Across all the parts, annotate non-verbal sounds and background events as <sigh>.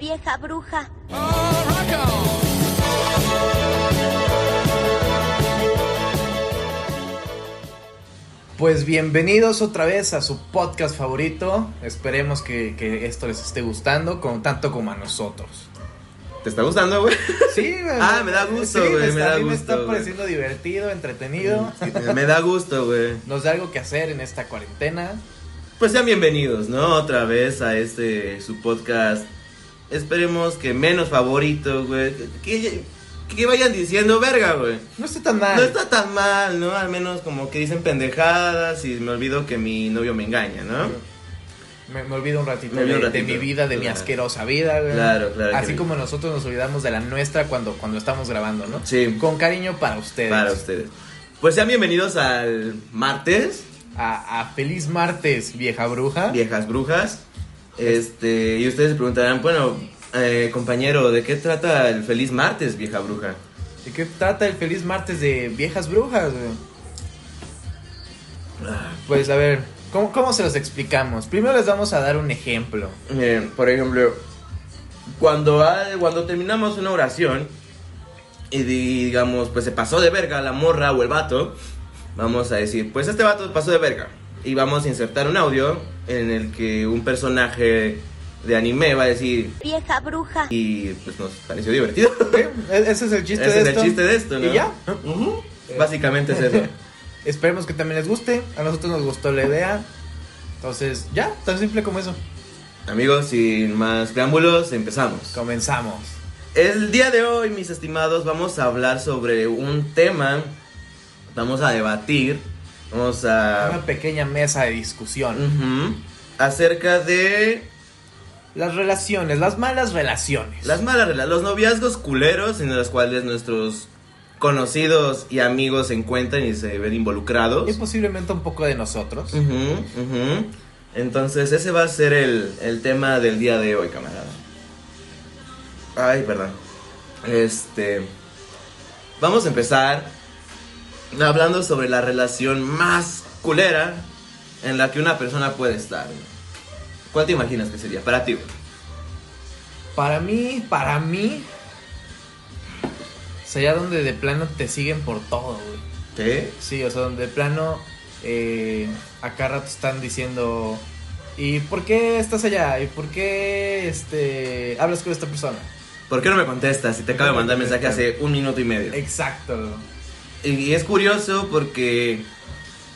vieja bruja. Pues bienvenidos otra vez a su podcast favorito. Esperemos que, que esto les esté gustando con, tanto como a nosotros. ¿Te está gustando, güey? <laughs> Sí, güey. Ah, me da gusto, sí, güey, me está- da a mí me gusto, está güey. Mm. pareciendo divertido, entretenido. Me da gusto, güey. Nos da algo que hacer en esta cuarentena. Pues sean bienvenidos, ¿no? Otra vez a este, su podcast. Esperemos que menos favorito, güey. Que, que- que vayan diciendo verga, güey. No está tan mal. No está tan mal, ¿no? Al menos como que dicen pendejadas y me olvido que mi novio me engaña, ¿no? Me, me olvido un ratito, Me olvido de, un de ratito, mi vida, de mi claro. asquerosa vida, güey. Claro, claro que Así sí. como nosotros nos olvidamos de la nuestra cuando, cuando estamos grabando, ¿no? Sí. Con cariño para ustedes. Para ustedes. Pues sean bienvenidos al martes, A, a feliz martes, vieja bruja. viejas brujas. Este, y ustedes se preguntarán, bueno, eh, compañero, ¿de qué trata el feliz martes, vieja bruja? ¿De qué trata el feliz martes de viejas brujas, güey? Pues a ver, ¿cómo, cómo se los explicamos? Primero les vamos a dar un ejemplo. Miren, Eh, por ejemplo, cuando, hay- cuando terminamos una oración y digamos, pues se pasó de verga la morra o el vato, vamos a decir, pues este vato pasó de verga. Y vamos a insertar un audio en el que un personaje de anime va a decir, Vieja bruja. y pues nos pareció divertido. ¿Qué? E- Ese es el <laughs> chiste Ese de es esto. el chiste de esto, ¿no? Y ya. Eh, Ujú. Básicamente es <laughs> eso. Esperemos que también les guste. A nosotros nos gustó la idea. Entonces, ya, tan simple como eso. Amigos, sin más preámbulos, empezamos. Comenzamos. El día de hoy, mis estimados, vamos a hablar sobre un tema. Vamos a debatir. Vamos a. Una pequeña mesa de discusión. Ah. Ujú. acerca de Las relaciones, las malas relaciones. las malas rela- los noviazgos culeros en los cuales nuestros conocidos y amigos se encuentran y se ven involucrados. Y posiblemente un poco de nosotros. Ujú, ujú. Entonces, ese va a ser el, el tema del día de hoy, camarada. Ay, perdón. Este. Vamos a empezar hablando sobre la relación más culera en la que una persona puede estar. ¿Cuál te imaginas que sería para ti? güey? Para mí, para mí. Sería donde de plano te siguen por todo, güey. ¿Qué? Sí, o sea, donde de plano. eh, acá rato están diciendo. ¿Y por qué estás allá? ¿Y por qué este, hablas con esta persona? ¿Por qué no me contestas si te acabo de mandar mensaje hace un minuto y medio? Exacto. Y es curioso porque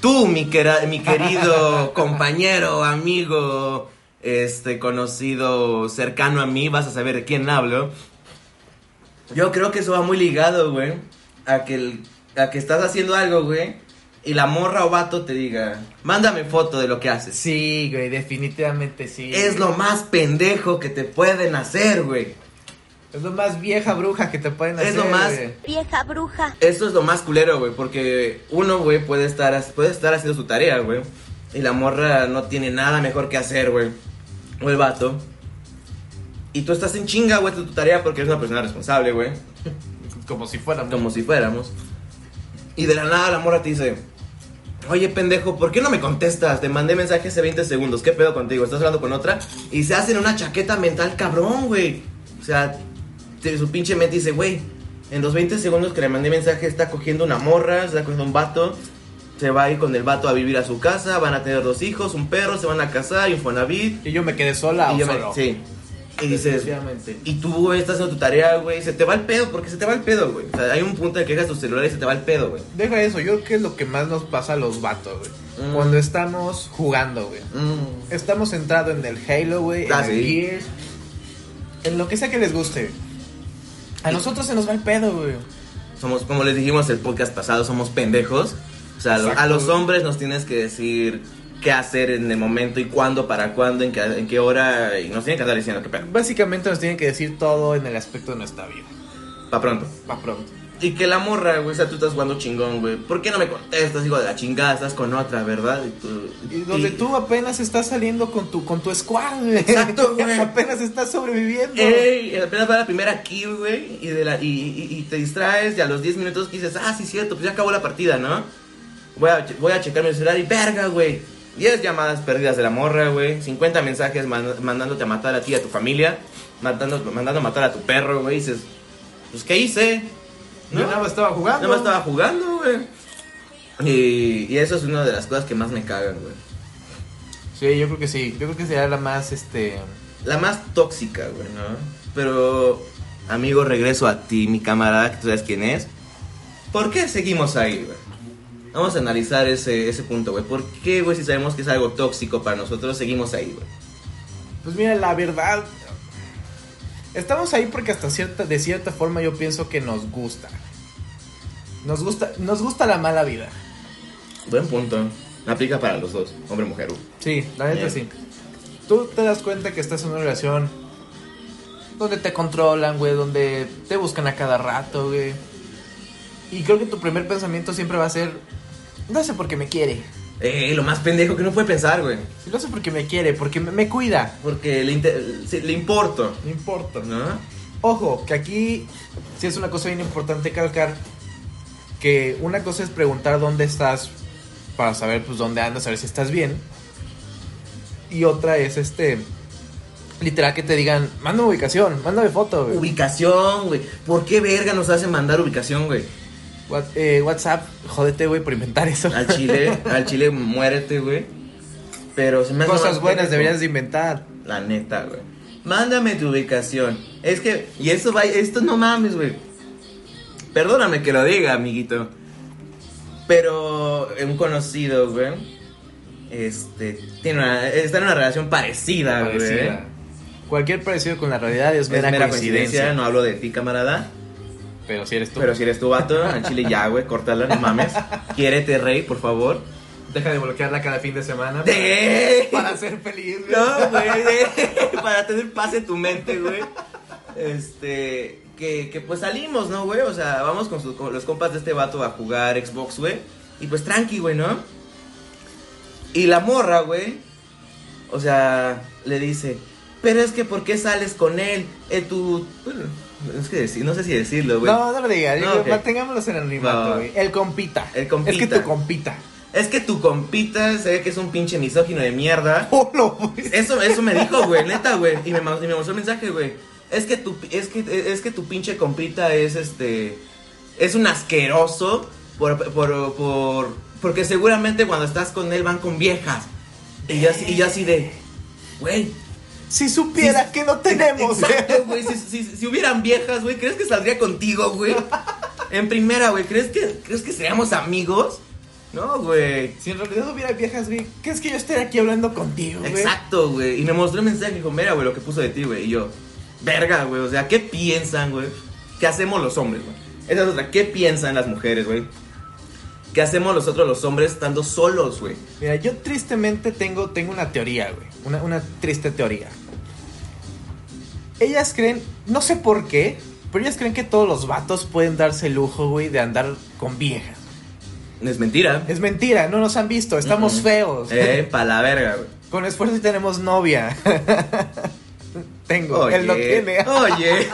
tú, mi, quera- mi querido compañero, amigo, este conocido, cercano a mí, vas a saber de quién hablo. Yo creo que eso va muy ligado, güey, a que, el- a que estás haciendo algo, güey, y la morra o vato te diga, mándame foto de lo que haces. Sí, güey, definitivamente sí. Es lo más pendejo que te pueden hacer, güey. Es lo más vieja bruja que te pueden hacer. Es lo más- güey. Vieja bruja. Eso es lo más culero, güey, porque uno, güey, puede estar, puede estar haciendo su tarea, güey. Y la morra no tiene nada mejor que hacer, güey. O el vato. Y tú estás en chinga, güey, haciendo tu tarea porque eres una persona responsable, güey. Como si fuera. Como si fuéramos. Y de la nada la morra te dice, oye, pendejo, ¿por qué no me contestas? Te mandé mensaje hace 20 segundos. ¿Qué pedo contigo? ¿Estás hablando con otra? Y se hacen una chaqueta mental cabrón, güey. O sea, te- su pinche mente dice, güey, en los 20 segundos que le mandé mensaje está cogiendo una morra, está cogiendo un vato. Se va a ir con el vato a vivir a su casa, van a tener dos hijos, un perro, se van a casar, Infonavit. Y yo me quedé sola y o yo me- solo. Sí. Y dices, Definitivamente. y tú, güey, estás haciendo tu tarea, güey. Se te va el pedo, porque se te va el pedo, güey. O sea, hay un punto en el que dejas tu celular y se te va el pedo, güey. Deja eso, yo creo que es lo que más nos pasa a los vatos, güey. Mm. Cuando estamos jugando, güey. Estamos centrados en el Halo, güey, en Ah, el sí. Gears, en lo que sea que les guste. A nosotros se nos va el pedo, güey. Somos, como les dijimos el podcast pasado, somos pendejos. O sea, a lo- a Exacto. los hombres nos tienes que decir qué hacer en el momento y cuándo, para cuándo, en qué, en qué hora. Y nos tienen que andar diciendo qué pedo. Básicamente nos tienen que decir todo en el aspecto de nuestra vida. Pa' pronto. Va pronto. Y que la morra, güey, o sea, tú estás jugando chingón, güey. ¿Por qué no me contestas, hijo de la chingada? Estás con otra, ¿verdad? Y tú- Y donde y- tú apenas estás saliendo con tu, con tu squad, güey. Exacto, güey. <laughs> apenas estás sobreviviendo. Ey, apenas va la primera kill, güey, y, de la- y, y- y te distraes y a los 10 minutos dices, ah, sí, cierto, pues ya acabó la partida, ¿no? Voy a, che- voy a checar mi celular y verga, güey. 10 llamadas perdidas de la morra, güey. 50 mensajes man- mandándote a matar a ti y a tu familia. Mandando, mandando a matar a tu perro, güey. Y Dices, pues, ¿qué hice? Yo nada más estaba jugando. Nada más estaba jugando, güey. Y, y eso es una de las cosas que más me cagan, güey. Sí, yo creo que sí. Yo creo que sería la más, este... La más tóxica, güey, ¿no? Pero, amigo, regreso a ti, mi camarada, que tú sabes quién es. ¿Por qué seguimos ahí, güey? Vamos a analizar ese, ese punto, güey. ¿Por qué, güey, si sabemos que es algo tóxico para nosotros, seguimos ahí, güey? Pues mira, la verdad... Estamos ahí porque hasta cierta, de cierta forma yo pienso que nos gusta. Nos gusta, nos gusta la mala vida. Buen punto. Aplica para los dos, hombre, mujer. güey. Sí, la neta sí. Bien. Tú te das cuenta que estás en una relación donde te controlan, güey, donde te buscan a cada rato, güey. Y creo que tu primer pensamiento siempre va a ser, lo hace porque me quiere. Eh, lo más pendejo que no puede pensar, güey. Lo hace porque me quiere, porque me, me cuida. Porque le, inte- sí, le importo, No importa. ¿no? Ojo, que aquí sí es una cosa bien importante calcar. Que una cosa es preguntar dónde estás para saber pues dónde andas, saber si estás bien. Y otra es este. Literal que te digan, mándame ubicación, mándame foto, güey. Ubicación, güey. ¿Por qué verga nos hacen mandar ubicación, güey? What- eh, WhatsApp, jódete, güey, por inventar eso. <laughs> Al <laughs> chile, al chile, muérete, güey. Pero se me hace Cosas más buenas pendejo. deberías de inventar. La neta, güey. Mándame tu ubicación. Es que, y esto va, esto no mames, güey. Perdóname que lo diga, amiguito. Pero un conocido, güey. Este, tiene una, está en una relación parecida, güey. Parecida. Pues, Cualquier parecido con la realidad es, Es mera, mera coincidencia. coincidencia, no hablo de ti, camarada. Pero si eres tú. Pero si eres tu vato, al chile ya, güey, córtala, no <laughs> mames. Quiérete, rey, por favor. Deja de bloquearla cada fin de semana. De- <laughs> Para ser feliz, güey. No, güey, <laughs> de- para tener paz en tu mente, güey. Este, que, que pues salimos, ¿no, güey? O sea, vamos con, sus- con los compas de este vato a jugar Xbox, güey. Y pues tranqui, güey, ¿no? Y la morra, güey, o sea, le dice, pero es que ¿por qué sales con él? Eh, tú, bueno, es que decir, no sé si decirlo, güey. No, no lo digas. No, ok. Mantengámoslos en anonimato, Va. güey. El compita. El compita. Es que tu compita. <laughs> Es que tu compita se ve que es un pinche misógino de mierda. Polo, güey. Eso, eso me dijo, güey, neta, güey. Y me, ma- y me mostró el mensaje, güey. Es que tu, es que, es que tu pinche compita es este. Es un asqueroso. Por, por, por- porque seguramente cuando estás con él van con viejas. Y yo, así- y yo así de. Güey. Si supieras Sí. que no tenemos. Exacto, güey. Si, si, si hubieran viejas, güey, ¿crees que saldría contigo, güey? En primera, güey, ¿crees que, ¿crees que seríamos amigos? No, güey. Si en realidad hubiera viejas, güey, ¿qué es que yo esté aquí hablando contigo, güey? Exacto, güey. Y me mostró el mensaje y dijo, mira, güey, lo que puso de ti, güey. Y yo, verga, güey. O sea, ¿qué piensan, güey? ¿Qué hacemos los hombres, güey? Esa es otra. ¿Qué piensan las mujeres, güey? ¿Qué hacemos nosotros los hombres estando solos, güey? Mira, yo tristemente tengo, tengo una teoría, güey. Una, una triste teoría. Ellas creen, no sé por qué, pero ellas creen que todos los vatos pueden darse el lujo, güey, de andar con viejas. Es mentira. Es mentira, no nos han visto, estamos Ujú. feos. Eh, pa' la verga, güey. Con esfuerzo y <laughs> tenemos novia. Tengo. Oye, Él no tiene. <laughs> Oye.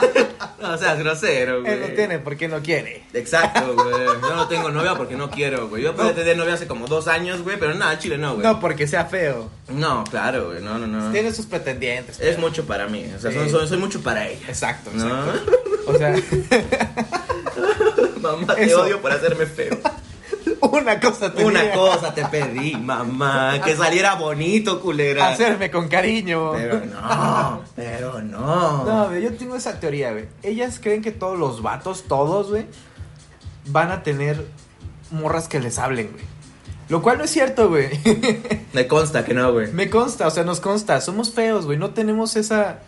No seas grosero, güey. Él no tiene porque no quiere. Exacto, güey. Yo no tengo novia porque no quiero, güey. Yo pude No. tener novia hace como dos años, güey, pero nada, chile no, güey. Ah. No porque sea feo. No, claro, güey. No, no, no. Tiene sus pretendientes. Es mucho para mí. O sea, Sí. son- soy, soy mucho para ella. Exacto, exacto. Eh. No. O sea, <laughs> Mamá, te Eso. odio por hacerme <laughs> feo. una cosa tenía. Una cosa te pedí, mamá, que saliera bonito, culera. Hacerme con cariño. Pero no, pero no. No, güey, yo tengo esa teoría, güey. Ellas creen que todos los vatos, todos, güey, van a tener morras que les hablen, güey. Lo cual no es cierto, güey. Me consta que no, güey. Me consta, o sea, nos consta. Somos feos, güey. No tenemos esa.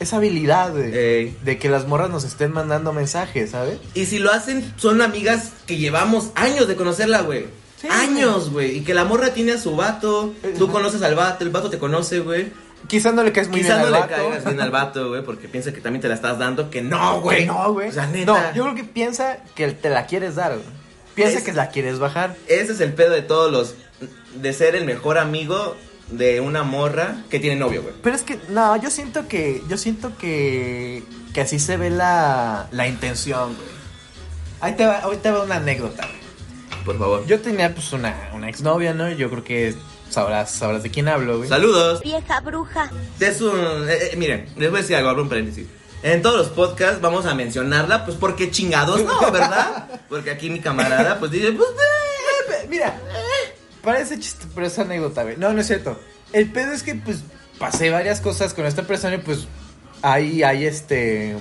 Esa habilidad, güey. Ey. De que las morras nos estén mandando mensajes, ¿sabes? Y si lo hacen, son amigas que llevamos años de conocerla, güey. Sí. Años, güey. Y que la morra tiene a su vato. Tú conoces al vato, el vato te conoce, güey. Quizá no le caes muy Quizás bien no al le vato. caigas bien al vato, güey, porque piensa que también te la estás dando. Que no, güey. <laughs> No, güey. O sea, neta. No, yo creo que piensa que te la quieres dar, güey. Piensa Es- que la quieres bajar. Ese es el pedo de todos los. De ser el mejor amigo de una morra que tiene novio, güey. Pero es que, no, yo siento que. Yo siento que. Que así se ve la. La intención, güey. Ahí te va, ahí te va una anécdota, güey. Por favor. Yo tenía pues una, una exnovia, ¿no? Yo creo que Sabrás, sabrás de quién hablo, güey. Saludos. vieja bruja, Es un. eh, eh, miren, les voy a decir algo, abro un paréntesis. En todos los podcasts vamos a mencionarla, pues porque chingados no, ¿verdad? <laughs> Porque aquí mi camarada, pues dice, pues. eh, Pe- Mira, parece chiste, pero es anécdota, güey. No, no es cierto. El pedo es que, pues, pasé varias cosas con esta persona y, pues, ahí hay este.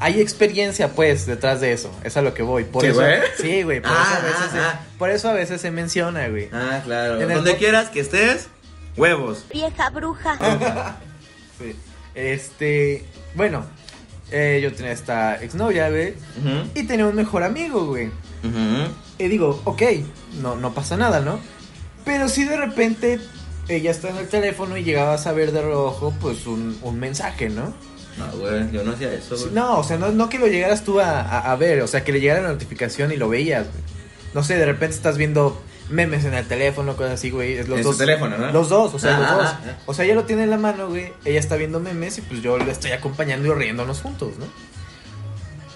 Hay experiencia, pues, detrás de eso. Es a lo que voy. Por ¿Sí, eso, güey? Sí, güey. Por, Ah, eso a veces se- ah, ah. por eso a veces se menciona, güey. Ah, claro. En el Donde pod- quieras que estés, huevos. vieja bruja, Sí. Este. Bueno, eh, yo tenía esta exnovia, güey. Ujú, Y tenía un mejor amigo, güey. ujú. Y digo, ok, no, no pasa nada, ¿no? Pero si de repente ella está en el teléfono y llegabas a ver de rojo, pues un, un mensaje, ¿no? No, güey, yo no hacía eso, güey. No, o sea, no, no que lo llegaras tú a, a- a ver, o sea, que le llegara la notificación y lo veías, güey. No sé, de repente estás viendo memes en el teléfono, cosas así, güey. es Los En su dos, teléfono, ¿no? Los dos, o sea, Ah, los dos. ah, ah. O sea, ella lo tiene en la mano, güey. Ella está viendo memes y pues yo le estoy acompañando y riéndonos juntos, ¿no?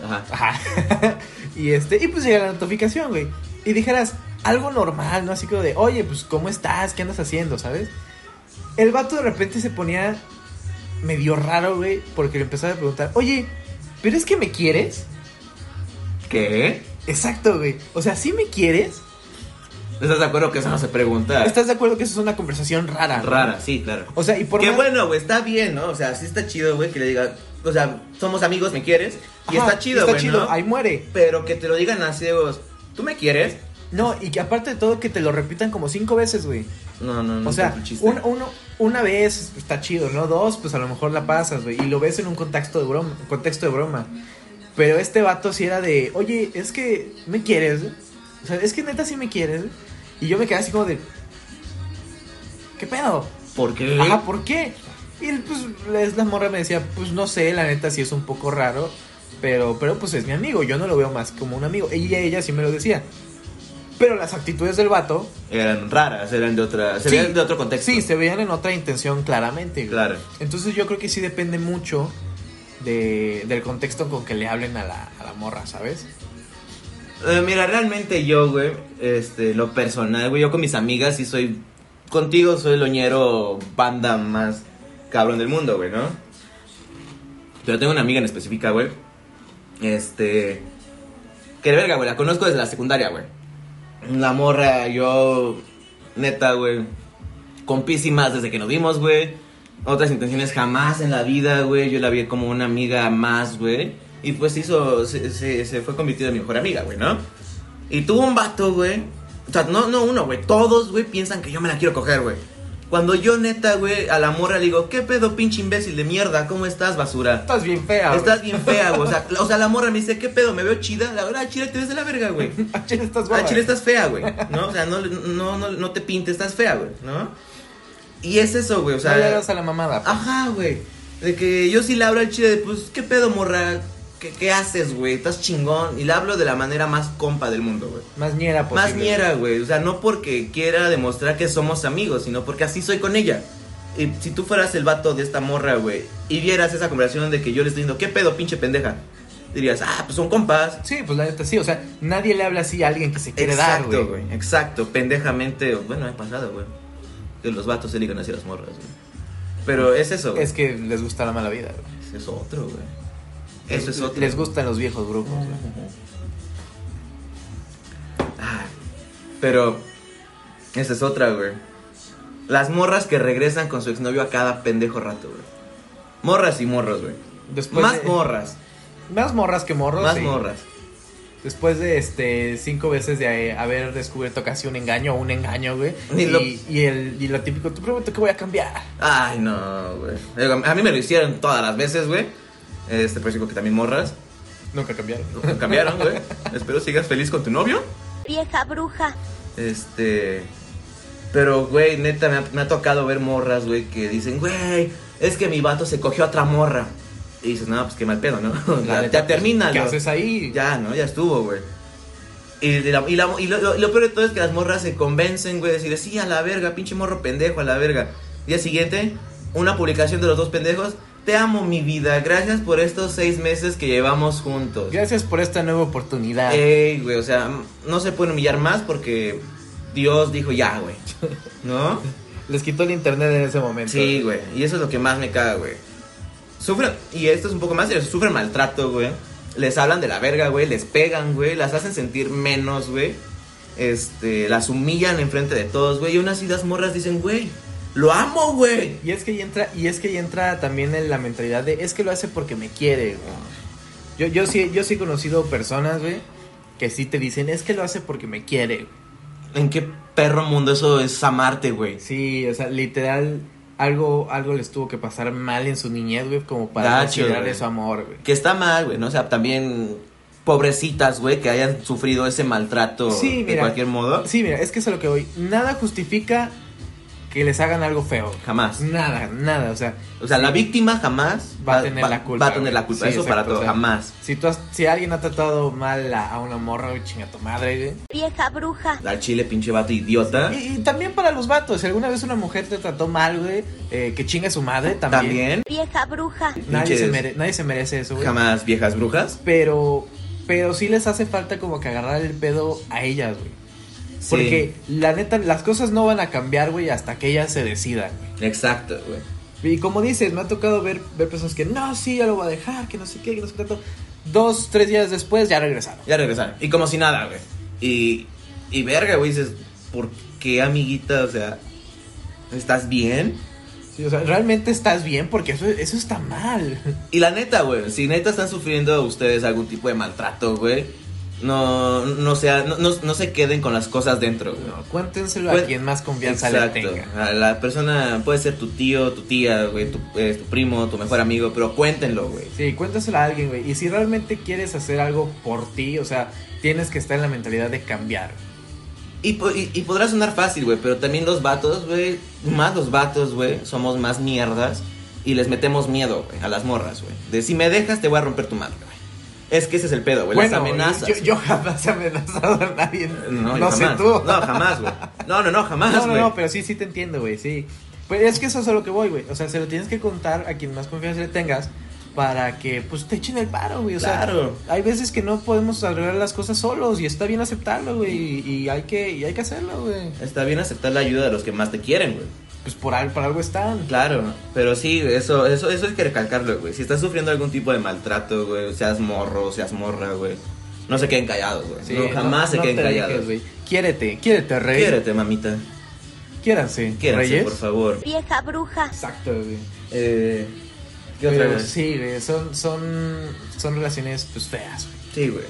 Ajá. Ajá. <laughs> y este, y pues llega la notificación, güey. Y dijeras algo normal, ¿no? Así como de, oye, pues, ¿cómo estás? ¿Qué andas haciendo? ¿Sabes? El vato de repente se ponía medio raro, güey, porque le empezaba a preguntar, oye, ¿pero es que me quieres? ¿Qué? Exacto, güey. O sea, ¿sí me quieres? ¿Estás de acuerdo que eso no se pregunta? ¿Estás de acuerdo que eso es una conversación rara? no? Rara, sí, claro. O sea, y por Qué más- bueno, güey, está bien, ¿no? O sea, sí está chido, güey, que le diga, o sea, somos amigos, ¿me quieres? Y Ajá, está chido, güey, ¿no? ahí muere. Pero que te lo digan así de vos, ¿tú me quieres? No, y que aparte de todo que te lo repitan como cinco veces, güey. No, no, no. O sea, un- uno- una vez está chido, ¿no? Dos, pues a lo mejor la pasas, güey. Y lo ves en un contexto de broma. Contexto de broma. Pero este vato sí era de, oye, es que me quieres. güey? O sea, es que neta sí me quieres. güey. Y yo me quedé así como de, ¿qué pedo? ¿Por qué? Ajá, ¿por qué? Y él, pues es la morra me decía, pues no sé, la neta sí es un poco raro, pero, pero pues es mi amigo, yo no lo veo más como un amigo. Ella, ella sí me lo decía. Pero las actitudes del vato Eran raras, eran de otra, se Sí. veían de otro contexto. Sí, se veían en otra intención claramente. güey. Claro. Entonces yo creo que sí depende mucho de, del contexto con que le hablen a la, a la morra, ¿sabes? Eh, mira, realmente yo, güey, este, lo personal, güey, yo con mis amigas sí soy, contigo soy el oñero banda más cabrón del mundo, güey, ¿no? Pero tengo una amiga en específica, güey, este, que de verga, güey, la conozco desde la secundaria, güey. La morra, yo, neta, güey, compísimas desde que nos vimos, güey. Otras intenciones jamás en la vida, güey. Yo la vi como una amiga más, güey. Y pues se hizo, se, se- se fue convirtiendo en mi mejor amiga, güey, ¿no? Y tuvo un vato, güey. O sea, no, no uno, güey. Todos, güey, piensan que yo me la quiero coger, güey. Cuando yo, neta, güey, a la morra le digo, ¿qué pedo, pinche imbécil de mierda? ¿Cómo estás, basura? Estás bien fea. güey. Estás bien fea, güey. O sea, la- o sea, la morra me dice, ¿qué pedo? ¿Me veo chida? La verdad, chile, te ves de la verga, güey. <laughs> Ah, chile, estás Ah, guapa. chile, estás fea, güey. ¿No? O sea, no, no, no, no te pintes, estás fea, güey. ¿No? Y es eso, güey. O sea, ah, No le hagas a la mamada. Ajá, güey. De que yo sí le hablo al chile de, pues, ¿qué pedo, morra? ¿Qué, qué haces, güey? Estás chingón. Y le hablo de la manera más compa del mundo, güey. pues. Más ñera, posible. Más niera, güey. O sea, no porque quiera demostrar que somos amigos, sino porque así soy con ella. Y si tú fueras el vato de esta morra, güey, y vieras esa conversación de que yo le estoy diciendo, ¿qué pedo, pinche pendeja? Dirías, ah, pues son compas. Sí, pues la neta sí. O sea, nadie le habla así a alguien que se quiere dar, Exacto, güey. güey. Exacto, pendejamente. Bueno, he pasado, güey. Que los vatos se ligan así a las morras, güey. Pero es eso, güey. Es que les gusta la mala vida, güey. Ese es otro, güey. Eso es otro. Les gustan los viejos grupos, güey. Ah, Pero, esa es otra, güey. Las morras que regresan con su exnovio a cada pendejo rato, güey. Morras y morros, güey. Después Más de- morras. Más morras que Pues morros. Más sí. morras. Después de este cinco veces de eh, haber descubierto casi un engaño o un engaño, güey. Ni Y, lo- y el, y lo típico, te prometo que voy a cambiar. Ay, no, güey. Digo, A mí me lo hicieron todas las veces, güey. Este, pero digo que también morras. Nunca cambiaron. Cambiaron, <laughs> güey. Espero sigas feliz con tu novio. vieja bruja, Este. Pero, güey, neta, me ha, me ha tocado ver morras, güey, que dicen, güey, es que mi vato se cogió a otra morra. Y dices, no, pues qué mal pedo, ¿no? <laughs> ya ya termina, ¿Qué ¿no? haces ahí? Ya, ¿no? Ya estuvo, güey. Y, de la- y la- y lo, lo- lo peor de todo es que las morras se convencen, güey, de decir, sí, a la verga, pinche morro pendejo, a la verga. Día siguiente, una publicación de los dos pendejos, te amo, mi vida, gracias por estos seis meses que llevamos juntos. Eh, Gracias por esta nueva oportunidad. Ey, güey, o sea, no se pueden humillar más porque Dios dijo ya, güey. ¿No? Les quitó el internet en ese momento. Sí, güey. Y eso es lo que más me caga, güey. Sufren, y esto es un poco más serio, sufren maltrato, güey. Les hablan de la verga, güey. Les pegan, güey. Las hacen sentir menos, güey. Este, las humillan enfrente de todos, güey. Y unas y las morras dicen, güey, lo amo, güey. Y es que ya entra, y es que ya entra también en la mentalidad de es que lo hace porque me quiere, güey. Yo, yo sí, yo sí he conocido personas, güey, que sí te dicen, es que lo hace porque me quiere, güey. ¿En qué perro mundo eso es amarte, güey? Sí, o sea, literal, algo, algo les tuvo que pasar mal en su niñez, güey, como para Gacho, considerarle güey. su amor, güey. Que está mal, güey, ¿no? O sea, también pobrecitas, güey, que hayan sufrido ese maltrato Sí, de mira. cualquier modo. Sí, mira, es que eso es a lo que voy. Nada justifica que les hagan algo feo. Jamás. Nada, nada, o sea, O sea, la víctima jamás Mm. va a tener la culpa. Va a tener güey. la culpa. Sí, eso exacto, para todo, o sea, jamás. Si, tú has- si alguien ha tratado mal a, a una morra, güey, chinga tu madre, güey. vieja bruja, Al chile, pinche vato idiota. Y, y también para los vatos, si alguna vez una mujer te trató mal, güey, eh, que chinga su madre también. También, vieja bruja, Nadie, se Pinches. mere- nadie se merece eso, güey. jamás viejas brujas. Pero, pero sí les hace falta como que agarrar el pedo a ellas, güey. Sí. Porque la neta, las cosas no van a cambiar, güey, hasta que ellas se decidan, güey. Exacto, güey. Y como dices, me ha tocado ver, ver personas que no, sí, ya lo voy a dejar, que no sé qué, que no sé qué tanto. Dos, tres días después ya regresaron. Ya regresaron. Y como si nada, güey. Y, y verga, güey, dices, ¿por qué, amiguita? O sea, ¿estás bien? Sí, o sea, realmente estás bien porque eso, eso está mal. <laughs> Y la neta, güey, si neta están sufriendo ustedes algún tipo de maltrato, güey, no, no, sea, no, no, no se queden con las cosas dentro, güey. No, cuéntenselo a Cuen- quien más confianza le Exacto. tenga. A La persona puede ser tu tío, tu tía, güey, tu, eh, tu primo, tu mejor amigo, pero cuéntenlo, güey. Sí, cuéntaselo a alguien, güey. Y si realmente quieres hacer algo por ti, o sea, tienes que estar en la mentalidad de cambiar. Y, po- y- y podrá sonar fácil, güey, pero también los vatos, güey, más los vatos, güey, somos más mierdas y les metemos miedo, güey, a las morras, güey. De si me dejas te voy a romper tu madre, güey. Es que ese es el pedo, güey, las amenazas. Yo, yo jamás he amenazado a nadie. No, No, yo sé jamás. tú. No, jamás, güey. No, no, no, jamás, No, no, güey. no, pero sí, sí te entiendo, güey, sí. Pero es que eso es a lo que voy, güey. O sea, se lo tienes que contar a quien más confianza le tengas para que, pues, te echen el paro, güey. O sea, Claro. hay veces que no podemos arreglar las cosas solos y está bien aceptarlo, güey. Y, y hay que, y hay que hacerlo, güey. Está bien aceptar la ayuda de los que más te quieren, güey. Pues por algo, para algo están. Claro, pero sí, eso, eso, eso hay que recalcarlo, güey. Si estás sufriendo algún tipo de maltrato, güey, seas morro, seas morra, güey, no se queden callados, güey. Sí, no, jamás se no queden te dejes, callados. güey. Quiérete, quiérete, rey. Quiérete, mamita. Quiéranse, Quiérete, reyes. por favor. vieja bruja, Exacto, güey. Eh, ¿Qué otra Pero vez? sí, güey, son, son, son relaciones, pues, feas, güey. Sí, güey.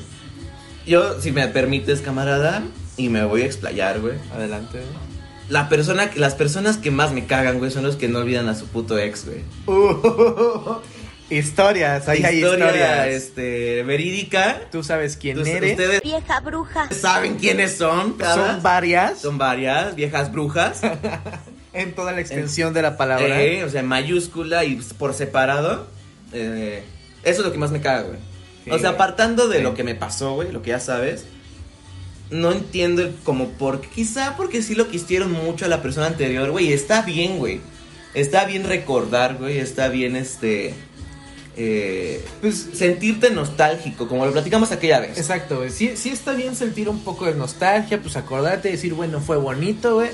Yo, si me permites, camarada, y me voy a explayar, güey. Adelante, güey. La persona, que- las personas que más me cagan, güey, son los que no olvidan a su puto ex, güey. Uh, <laughs> historias, ahí hay historias. este, verídica. Tú sabes quién Entonces, eres. Ustedes vieja bruja, saben quiénes son. Son ¿verdad? varias Son varias viejas brujas. en toda la extensión de la palabra. Eh, o sea, mayúscula y por separado. eh, eso es lo que más me caga, güey. Sí, o sea, güey. apartando de Sí. lo que me pasó, güey, lo que ya sabes. No entiendo el como por qué. Quizá porque sí lo quisieron mucho a la persona anterior, güey. Está bien, güey. Está bien recordar, güey. Está bien, este. eh, Pues, sentirte nostálgico, como lo platicamos aquella vez. exacto, güey. Sí, sí está bien sentir un poco de nostalgia, pues acordarte, decir, bueno, fue bonito, güey.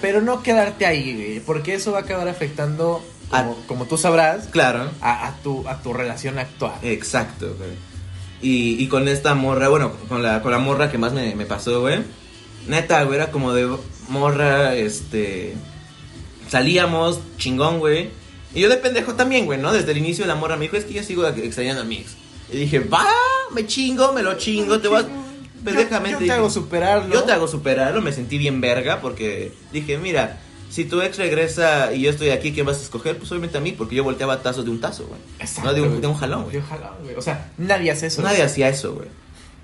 Pero no quedarte ahí, güey, porque eso va a acabar afectando, como, como tú sabrás, Claro. a, a tu, a tu relación actual. Eh, Exacto, güey. Y, y con esta morra, bueno, con la, con la morra que más me, me pasó, güey. Neta, güey, era como de morra, este. Salíamos, chingón, güey. Y yo de pendejo también, güey, ¿no? Desde el inicio la morra me dijo, es que yo sigo extrañando a mi ex. Y dije, va, me chingo, me lo chingo, te vas. Pendejamente. yo, yo te dije, hago superarlo. yo te hago superarlo, me sentí bien verga porque dije, mira, si tu ex regresa y yo estoy aquí, ¿quién vas a escoger? Pues obviamente a mí, porque yo volteaba tazos de un tazo, güey. Exacto, no de un, güey. de un jalón, güey. Yo jalón, güey. O sea, nadie hace eso. Nadie hacía eso, güey.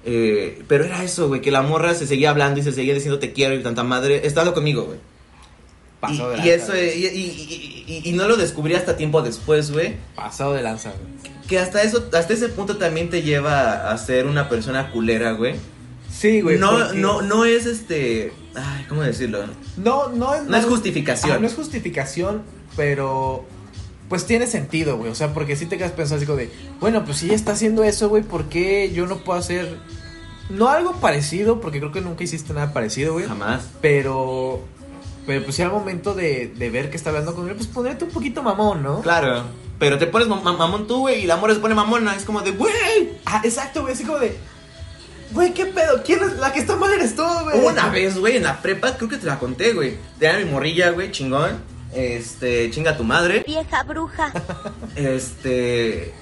Eh, pero era eso, güey, que la morra se seguía hablando y se seguía diciendo te quiero y tanta madre. Estado conmigo, güey. Y, Pasado de y lanza, eso, güey. eh, y, y- y- y- y no lo descubrí hasta tiempo después, güey. Pasado de lanza, güey. Que hasta eso, hasta ese punto también te lleva a ser una persona culera, güey. Sí, güey. No, porque- no, no es este. Ay, ¿cómo decirlo? No, no es, No es justificación. Ajá, no es justificación, pero pues tiene sentido, güey. O sea, porque si te quedas pensando así como de, bueno, pues si ella está haciendo eso, güey, ¿por qué yo no puedo hacer No algo parecido, porque creo que nunca hiciste nada parecido, güey. Jamás. Pero. Pero pues si al momento de, de ver que está hablando con él, pues ponerte un poquito mamón, ¿no? Claro. Pero te pones mam- mamón tú, güey, y la mora se pone mamona. Es como de, güey. Ah, exacto, güey, así como de. Güey, ¿qué pedo? ¿Quién es la que está mal eres tú, güey? Hubo una vez, güey, en la prepa, creo que te la conté, güey. Tenía mi morrilla, güey, chingón. Este, chinga tu madre. vieja bruja, Este.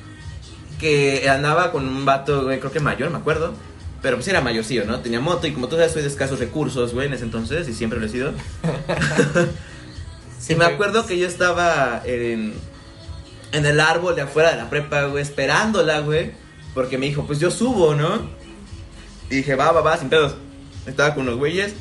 Que andaba con un vato, güey, creo que mayor, me acuerdo. Pero pues era mayorcillo, ¿no? Tenía moto y como tú sabes, soy de escasos recursos, güey, en ese entonces y siempre lo he sido. Y me Siempre- acuerdo que yo estaba en, en el árbol de afuera de la prepa, güey, esperándola, güey. Porque me dijo, pues yo subo, ¿no? Y dije, va, va, va, sin pedos. Estaba con unos güeyes.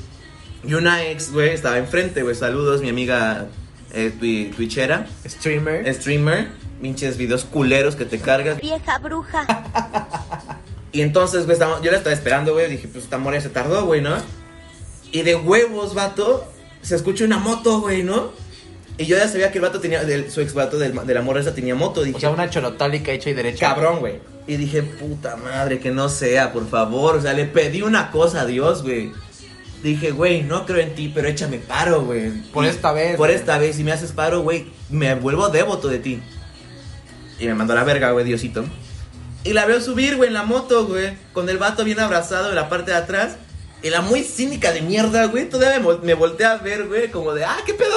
Y una ex, güey, estaba enfrente, güey. Saludos, mi amiga eh, twi- twitchera, Streamer. streamer. Pinches videos culeros que te cargas. vieja bruja, Y entonces, güey, estaba- yo la estaba esperando, güey. Dije, pues esta moria se tardó, güey, ¿no? Y de huevos, vato, se escucha una moto, güey, ¿no? Y yo ya sabía que el vato tenía, del- su ex vato del, de la morra esa tenía moto. Dije, O sea, una chorotálica hecha y derecha. cabrón, güey. Y dije, puta madre, que no sea, por favor. O sea, le pedí una cosa a Dios, güey. Dije, güey, no creo en ti, pero échame paro, güey. Por Y- esta vez, Por güey. esta vez, si me haces paro, güey, me vuelvo devoto de ti. Y me mandó a la verga, güey, Diosito. Y la veo subir, güey, en la moto, güey. Con el vato bien abrazado en la parte de atrás. Y la muy cínica de mierda, güey. Todavía me, vol- me volteé a ver, güey, como de, ah, qué pedo.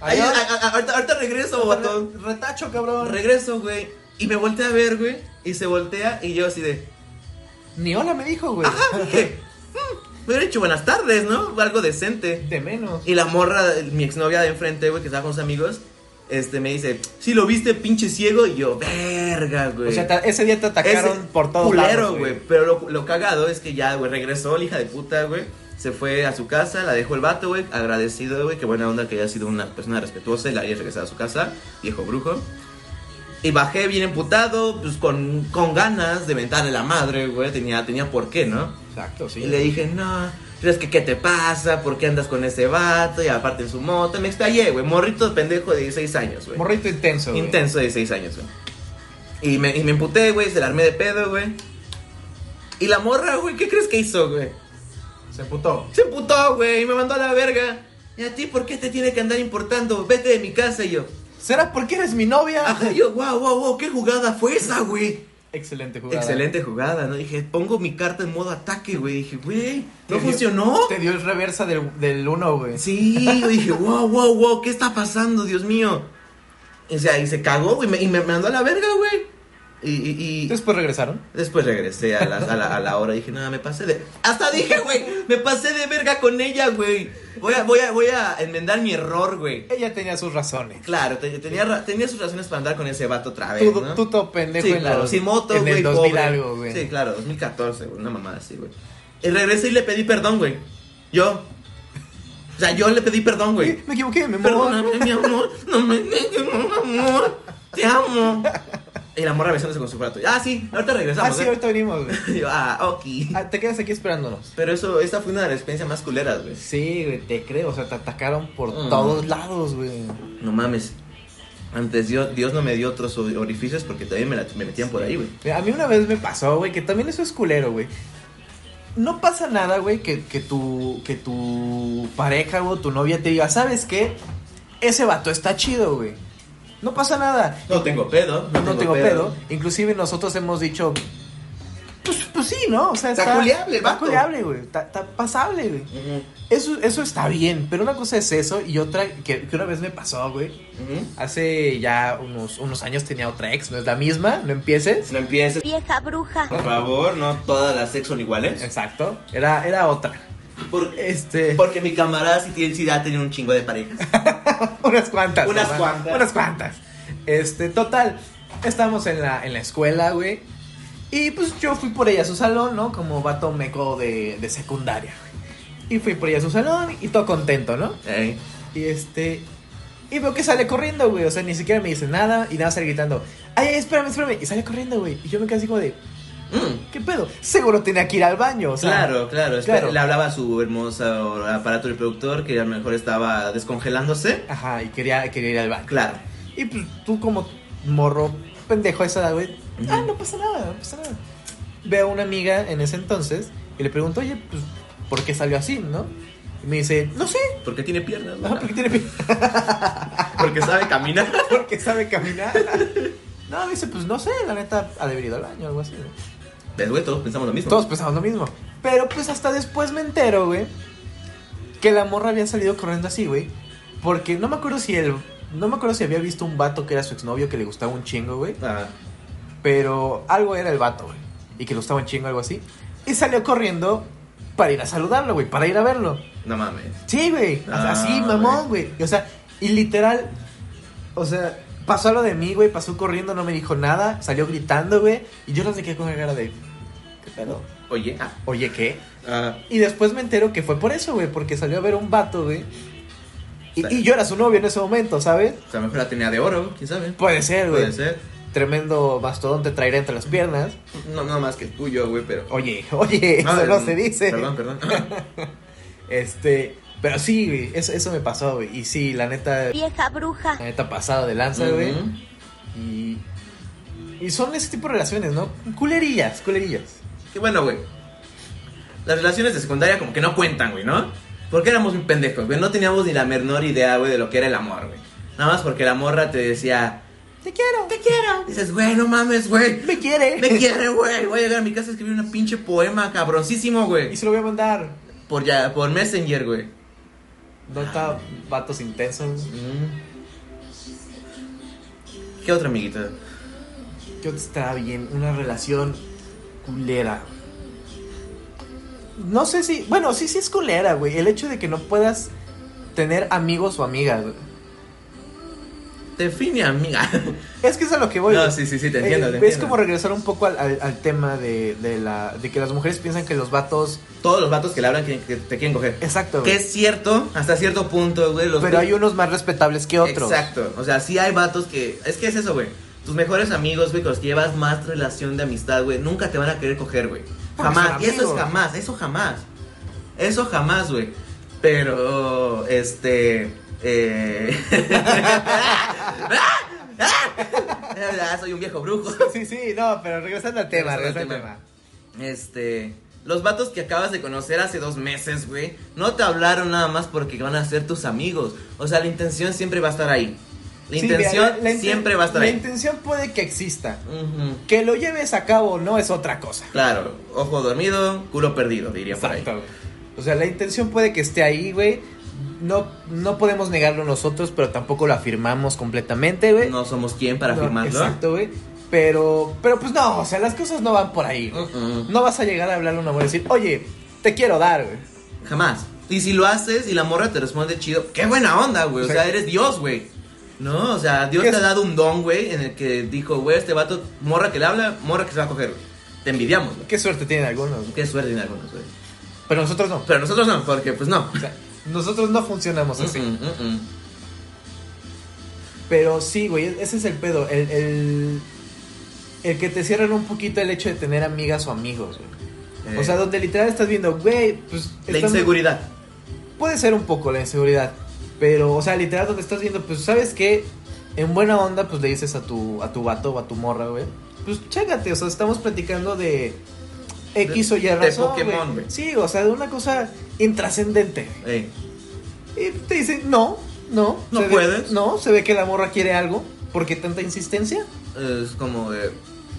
Ahí- Adiós. a- a- ahorita, ahorita regreso, botón. Retacho, cabrón. Regreso, güey. Y me voltea a ver, güey. Y se voltea y yo así de... Ni hola me dijo, güey. Ajá, dije. "Mm, me hubiera dicho buenas tardes, ¿no? Algo decente. De menos. Y la morra, mi exnovia de enfrente, güey, que estaba con sus amigos. Este, me dice, sí, lo viste, pinche ciego. Y yo, verga, güey. O sea, ta- ese día te atacaron Ese por todos culero, lados, güey. Pero lo, lo cagado es que ya, güey, regresó la hija de puta, güey. Se fue a su casa, la dejó el vato, güey. Agradecido, güey. Qué buena onda que haya sido una persona respetuosa y la haya regresado a su casa, viejo brujo. Y bajé bien emputado, pues con, con ganas de mentarle la madre, güey. Tenía, tenía por qué, ¿no? Exacto, sí. Y le dije, no, pero es que ¿qué te pasa? ¿Por qué andas con ese vato? Y aparte en su moto. Me estallé, güey. Morrito pendejo de 16 años, güey. Morrito intenso. güey. Intenso de 6 años, güey. Y me, y me emputé, güey, se la armé de pedo, güey. Y la morra, güey, ¿qué crees que hizo, güey? Se putó. Se emputó, güey, y me mandó a la verga. ¿Y a ti por qué te tiene que andar importando? Vete de mi casa, y yo. ¿Será porque eres mi novia? Ajá, y yo, wow, wow, wow, qué jugada fue esa, güey. Excelente jugada. Excelente jugada, ¿no? Dije, pongo mi carta en modo ataque, güey. Dije, güey, Te ¿no dio- funcionó? Te dio el reversa del, del uno, güey. Sí, yo dije, wow, wow, wow, ¿qué está pasando, Dios mío? O sea, y se cagó, güey, me- y me mandó a la verga, güey. Y, y, y- Después pues, regresaron. Después regresé a la, a la, a la hora y dije, nada, me pasé de... Hasta dije, güey, me pasé de verga con ella, güey. Voy a, voy a, voy a enmendar mi error, güey. Ella tenía sus razones. Claro, te- tenía, ra- tenía sus razones para andar con ese vato otra vez, Tú, ¿no? tú todo pendejo sí, en la claro, sin moto, en güey, el 2000 pobre. algo, güey. Sí, claro, 2014, güey, una mamada así, güey. Y regresé y le pedí perdón, güey. Yo. O sea, yo le pedí perdón, güey. <laughs> Eh, Me equivoqué, me morro. Perdóname, mi amor. No me negues, mi amor. Te amo. Y la morra besándose con su brato. Ah, sí, ahorita regresamos. Ah, sí, ¿eh? ahorita venimos, güey. Y yo, <laughs> ah, ok. Ah, te quedas aquí esperándonos. Pero eso, esta fue una de las experiencias más culeras, güey. Sí, güey, te creo. O sea, te atacaron por Mm. todos lados, güey. No mames. Antes Dios, Dios no me dio otros ori- orificios porque también me, la- me metían por ahí, güey. A mí una vez me pasó, güey, que también eso es culero, güey. No pasa nada, güey, que, que tu, que tu pareja o tu novia te diga, ¿sabes qué? Ese vato está chido, güey. No pasa nada. No tengo pedo. No, tengo pedo. Inclusive nosotros hemos dicho, pues, pues sí, ¿no? O sea, Está culeable el Está vato. culeable, güey. Está, está pasable, güey. Ujú, Eso, eso está bien, pero una cosa es eso y otra que, que una vez me pasó, güey. ujú. Hace ya unos, unos años tenía otra ex, no es la misma, no empieces. No empieces. vieja bruja, Por favor, no todas las ex son iguales. Exacto, era, era otra. Por- Este, porque mi camarada sí, tiene, sí ha tenido un chingo de parejas. <laughs> unas cuantas. Unas nomás, cuantas. Unas cuantas. Este, total, estábamos en la, en la escuela, güey. Y pues yo fui por ella a su salón, ¿no? Como vato meco de, de secundaria, güey. Y fui por ella a su salón y todo contento, ¿no? Ey. Y este. Y veo que sale corriendo, güey. O sea, ni siquiera me dice nada. Y nada más sale gritando. Ay, ay, espérame, espérame. Y sale corriendo, güey. Y yo me quedé así como de. Mm, ¿Qué pedo? Seguro tenía que ir al baño, o sea. claro, claro, espera, claro. Le hablaba a su hermoso aparato reproductor que a lo mejor estaba descongelándose. Ajá, y quería, quería ir al baño. Claro. Y pues tú como morro pendejo a esa edad, güey. Ujú. Ah, no pasa nada, no pasa nada. Veo a una amiga en ese entonces Y le pregunto, oye, pues, ¿por qué salió así, no? Y me dice, no sé, ¿Por qué tiene piernas? ah, no? porque tiene pi- Porque sabe caminar. <laughs> porque sabe caminar. <laughs> No, me dice, pues no sé, la neta, ha de haber ido al baño o algo así, ¿no? Pero, güey, todos pensamos lo mismo. Todos pensamos lo mismo. Pero pues hasta después me entero, güey, que la morra había salido corriendo así, güey. Porque no me acuerdo si el. No me acuerdo si había visto un vato que era su exnovio que le gustaba un chingo, güey. Ah, Pero algo era el vato, güey. Y que le gustaba un chingo, algo así. Y salió corriendo para ir a saludarlo, güey. Para ir a verlo. no mames. Sí, güey. o sea, Ah, Así, mamón, güey. Y, O sea, y literal. O sea, pasó lo de mí, güey. Pasó corriendo, no me dijo nada. Salió gritando, güey. Y yo las quedé con la cara de. ¿Qué pedo? Oye, ah, Oye, ¿qué? ah, Y después me entero que fue por eso, güey, porque salió a ver un vato, güey. Y, y yo era su novio en ese momento, ¿sabes? o sea, mejor la tenía de oro, quién sabe. Puede ser, güey. Puede ser. Tremendo bastón te traerá entre las piernas. No, no más que el tuyo, güey, pero. Oye, <laughs> oye, Ah, eso no mm, se dice. Perdón, <laughs> perdón. Este, pero sí, güey, eso, eso me pasó, güey. Y sí, la neta, la vieja bruja, neta pasado de lanza, güey. Ujú. Y. Y son ese tipo de relaciones, ¿no? Culerillas, culerillas. Y bueno, güey. Las relaciones de secundaria como que no cuentan, güey, ¿no? Porque éramos muy pendejos, güey. No teníamos ni la menor idea, güey, de lo que era el amor, güey. Nada más porque la morra te decía, Te quiero. Te quiero. Dices, güey, no mames, güey. Me quiere. <laughs> Me quiere, güey. Voy a llegar a mi casa a escribir una pinche poema cabroncísimo, Y güey. se lo voy a mandar. Por ya, por Messenger, güey. No está vatos intensos. Mm. ¿Qué otra amiguita? Yo te estaba bien, una relación culera. No sé si, bueno, sí, sí es culera, güey. El hecho de que no puedas tener amigos o amigas, güey. Define <laughs> amiga. Es que es a lo que voy. no, güey. sí, sí, sí, te Eh, entiendo. te es entiendo. como regresar un poco al, al- al tema de, de la, de que las mujeres piensan que los vatos... Todos los vatos que le hablan quieren- que te quieren coger. Exacto, Que güey. es cierto, hasta cierto punto, güey. Los Pero hay unos más respetables que otros. Exacto. O sea, sí hay vatos que. Es que es eso, güey. Tus mejores amigos, güey, con los que llevas más relación de amistad, güey, nunca te van a querer coger, güey. Porque Jamás. son Y eso amigos. es jamás, eso jamás. Eso jamás, güey. Pero, este. Eh... <laughs> Ah, soy un viejo brujo. <laughs> Sí, sí, no, pero regresando al tema, Regresando regresando al al tema. Este. Los vatos que acabas de conocer hace dos meses, güey, no te hablaron nada más porque van a ser tus amigos. O sea, la intención siempre va a estar ahí. La Sí, mira, intención la inten- siempre va a estar La ahí. intención puede que exista. Ujú. Que lo lleves a cabo no es otra cosa. Claro, ojo dormido, culo perdido, diría por Exacto, ahí. güey. O sea, la intención puede que esté ahí, güey. No, no podemos negarlo nosotros, pero tampoco lo afirmamos completamente, güey. No somos quien para No, afirmarlo. Exacto, güey. Pero, pero pues no, o sea, las cosas no van por ahí, güey. Ujú. No vas a llegar a hablarle a una morra y decir, oye, te quiero dar, güey. Jamás. Y si lo haces y la morra te responde chido, qué buena onda, güey. O sea, Exacto. eres Dios, güey. No, o sea, Dios ¿Qué te ha es? dado un don, güey, en el que dijo, güey, este vato, morra que le habla, morra que se va a coger, güey. Te envidiamos, güey. Qué suerte tienen algunos, güey. Qué suerte en algunos, güey. Pero nosotros no. Pero nosotros no, porque pues no. O sea, nosotros no funcionamos así. Mm, mm, mm. Pero sí, güey, e-, ese es el pedo. El, el, el que te cierran un poquito el hecho de tener amigas o amigos, güey. Eh, O sea, donde literal estás viendo, güey, pues... la están- inseguridad. Puede ser un poco la inseguridad, pero, o sea, literal donde estás viendo, pues, ¿sabes qué? En buena onda, pues, le dices a tu, a tu vato o a tu morra, güey. Pues, chécate, o sea, estamos platicando de X De- o Y de razón, Pokémon, güey. güey. Sí, o sea, de una cosa intrascendente. Eh, Y te dicen, no, no. No se ve- puedes. no, se ve que la morra quiere algo. ¿Por qué tanta insistencia? es como de,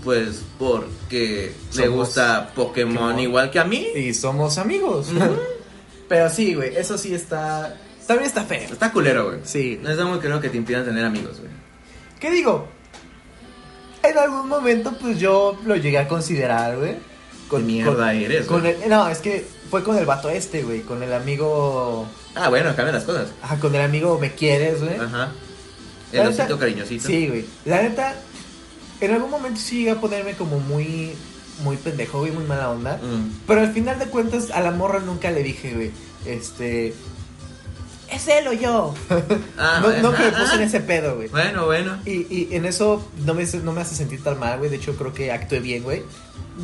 pues, porque le Somos gusta Pokémon, Pokémon. igual que a mí. Y somos amigos. Ujú. <laughs> pero sí, güey, eso sí está... También está feo. Está culero, güey. Sí, No es muy creo que te impidan tener amigos, güey. ¿Qué digo? En algún momento, pues yo lo llegué a considerar, güey. Con mierda eres, con güey. el- No, es que fue con el vato este, güey. Con el amigo. Ah, bueno, cambian las cosas. Ajá, con el amigo Me Quieres, güey. Ajá. Ah, El Pero osito está- cariñosito. ¿Eh? Sí, güey. La neta, en algún momento sí llegué a ponerme como muy. Muy pendejo, güey, muy mala onda. Mm. Pero al final de cuentas, a la morra nunca le dije, güey. Este. ¿Es él o yo? Ah, <laughs> no, no bueno. Ah, que me puse en ese pedo, güey. Bueno, bueno. Y, y en eso no me, no me hace sentir tan mal, güey. De hecho, creo que actué bien, güey.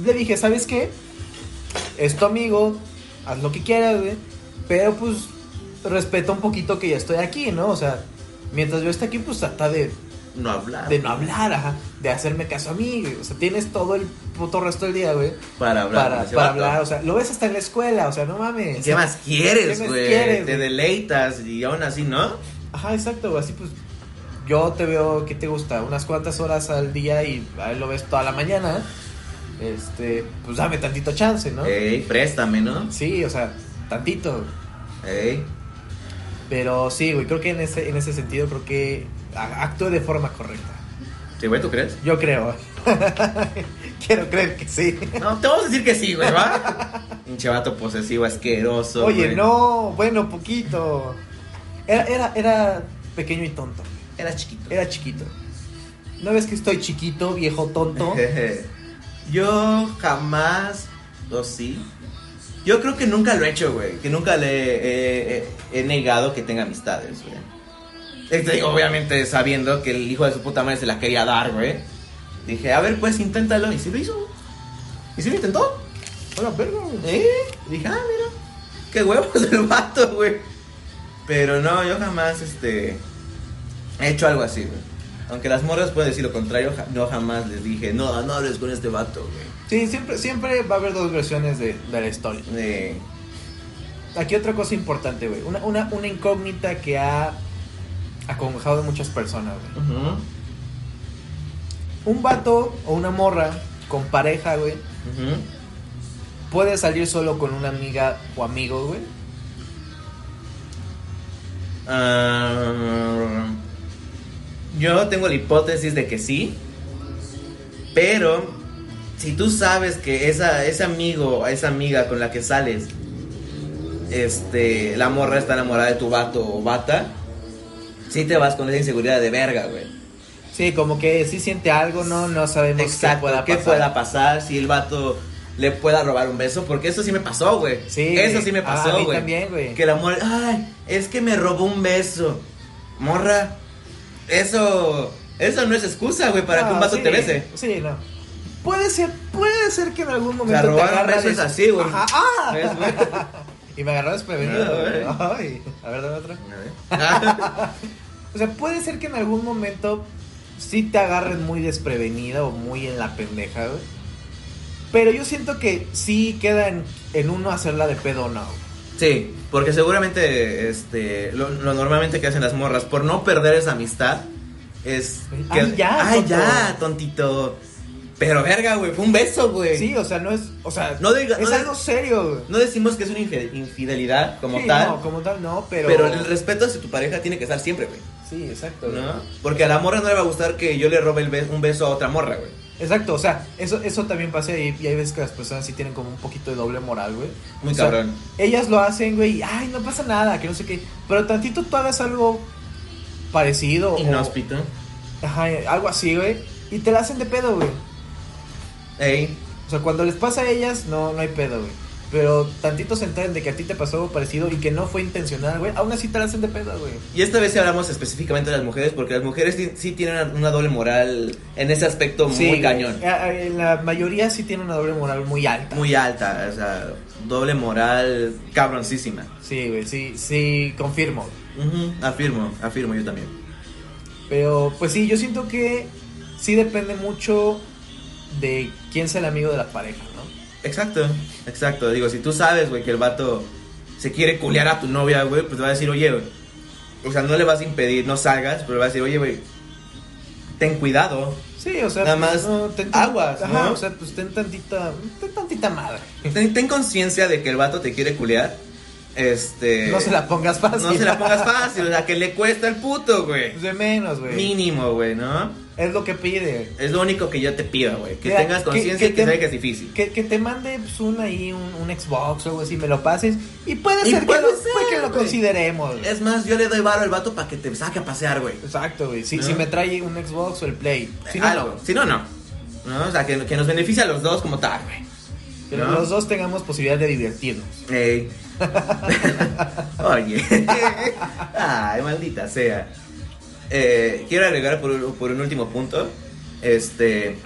Le dije, ¿sabes qué? Es tu amigo, haz lo que quieras, güey. Pero pues respeta un poquito que ya estoy aquí, ¿no? O sea, mientras yo esté aquí, pues trata de no hablar. de no hablar, ajá, de hacerme caso a mí, güey. O sea, tienes todo el puto resto del día, güey, Para hablar. para, con ese para vato. hablar, o sea, lo ves hasta en la escuela, o sea, no mames. ¿Qué más quieres, ¿Qué más güey? quieres, Te güey? deleitas y aún así, ¿no? Ajá, exacto, güey, así pues yo te veo, ¿qué te gusta? Unas cuantas horas al día y a él lo ves toda la mañana, este, pues dame tantito chance, ¿no? Ey, préstame, ¿no? Sí, o sea, tantito, Ey. pero sí, güey, creo que en ese, en ese sentido creo que a- actúe de forma correcta. Sí, güey, ¿tú crees? Yo creo. <laughs> Quiero creer que sí. No, te vamos a decir que sí, güey, <laughs> ¿va? Pinche vato posesivo, asqueroso. Oye, güey. no, bueno, poquito. Era, era, era pequeño y tonto. Era chiquito. Era chiquito. ¿No ves que estoy chiquito, viejo <laughs> tonto? Yo jamás, o sí. Yo creo que nunca lo he hecho, güey. Que nunca le eh, eh, he negado que tenga amistades, güey. Este, obviamente sabiendo que el hijo de su puta madre se la quería dar, güey. Dije, a ver, pues inténtalo. Y sí lo hizo. Y sí lo intentó. Hola, verga, güey. ¿Eh? Dije, ah, mira. Qué huevos <laughs> el vato, güey. Pero no, yo jamás, este. He hecho algo así, güey. Aunque las morras pueden decir lo contrario, ja- yo jamás les dije, no, no hables con este vato, güey. Sí, siempre, siempre va a haber dos versiones de, de la historia. Eh, Aquí otra cosa importante, güey. Una, una, una incógnita que ha aconjado a muchas personas, güey. ujú, Un vato o una morra con pareja, güey, ujú. puede salir solo con una amiga o amigo, güey. Ah, yo tengo la hipótesis de que sí, pero si tú sabes que esa, ese amigo o esa amiga con la que sales, este, la morra está enamorada de tu vato o bata, sí te vas con esa inseguridad de verga, güey. Sí, como que sí siente algo, ¿no? No sabemos Exacto, qué pueda pasar. pasar si el vato le pueda robar un beso? Porque eso sí me pasó, güey. Sí, Eso güey. sí me Ah, pasó, a mí güey. también, güey. Que la morra, ay, es que me robó un beso. Morra, eso, eso no es excusa, güey, para que un No, vato Ah, sí, te bese. Sí, no. Puede ser, puede ser que en algún O sea, momento robar un agarra beso de- es así, güey. Ajá, <laughs> ah. ¿Ves, güey? Y me agarró desprevenido. No, güey. güey. Ay, a ver, dame otra. Ah, O sea, puede ser que en algún momento sí te agarren muy desprevenida o muy en la pendeja, güey. Pero yo siento que sí queda en, en uno hacerla de pedo o no. güey. sí, porque seguramente, este, lo, lo normalmente que hacen las morras, por no perder esa amistad, es que, Ay, ya, ay, tonto. ya, tontito. Pero verga, güey, fue un beso, güey. Sí, o sea, no es. O sea, No diga- es no- algo serio, güey. No decimos que es una infi- infidelidad como Sí, tal, No, como tal, no, pero. pero... el respeto hacia tu pareja tiene que estar siempre, güey. Sí, exacto. güey. ¿no? Porque a la morra no le va a gustar que yo le robe el be- un beso a otra morra, güey. Exacto, o sea, eso, eso también pasa y, y hay veces que las personas sí tienen como un poquito de doble moral, güey. Muy O sea, cabrón. ellas lo hacen, güey, y, ay, no pasa nada, que no sé qué. Pero tantito tú hagas algo parecido. o- Inhóspito. ajá, algo así, güey. Y te la hacen de pedo, güey. Ey. O sea, cuando les pasa a ellas, no, no hay pedo, güey. Pero tantito se enteren de que a ti te pasó algo parecido y que no fue intencional, güey. Aún así te la hacen de pedo, güey. Y esta vez sí hablamos específicamente de las mujeres, porque las mujeres sí- sí tienen una- una doble moral en ese aspecto muy güey. cañón. Eh, eh, La mayoría sí tiene una doble moral muy alta. Muy alta, o sea, doble moral cabroncísima. Sí, güey, sí, sí, confirmo. Ujú, Afirmo, afirmo yo también. Pero pues sí, yo siento que sí depende mucho de quién sea el amigo de la pareja, ¿no? Exacto, exacto. Digo, si tú sabes, güey, que el vato se quiere culear a tu novia, güey, pues te va a decir, oye, güey. O sea, no le vas a impedir, no salgas, pero le vas a decir, oye, güey, ten cuidado. Sí, o sea, Nada pues, más no, ten- aguas, ajá, ¿no? o sea, pues ten tantita, ten tantita madre. Ten, ten conciencia de que el vato te quiere culear. Este. no se la pongas fácil. no se la pongas fácil, o sea, que le cuesta el puto, güey. Pues de menos, güey. Mínimo, güey, ¿no? Es lo que pide. Es lo único que yo te pido, güey. Que Mira, tengas que- conciencia que y que te- sabes que es difícil. Que, que te mande pues, un ahí, un, un Xbox o algo así, me lo pases. Y puede Y ser que, puede lo, ser, puede que lo güey. consideremos. güey. Es más, yo le doy varo al vato para que te saque a pasear, güey. Exacto, güey. Si, ¿No? si me trae un Xbox o el Play. Si no, algo. Si no, no. ¿No? O sea, que, que nos beneficia a los dos como tal, güey. que ¿no? los dos tengamos posibilidad de divertirnos. <laughs> Ey. Oye. Ay, maldita sea. Eh, quiero agregar por, un- por un último punto. Este.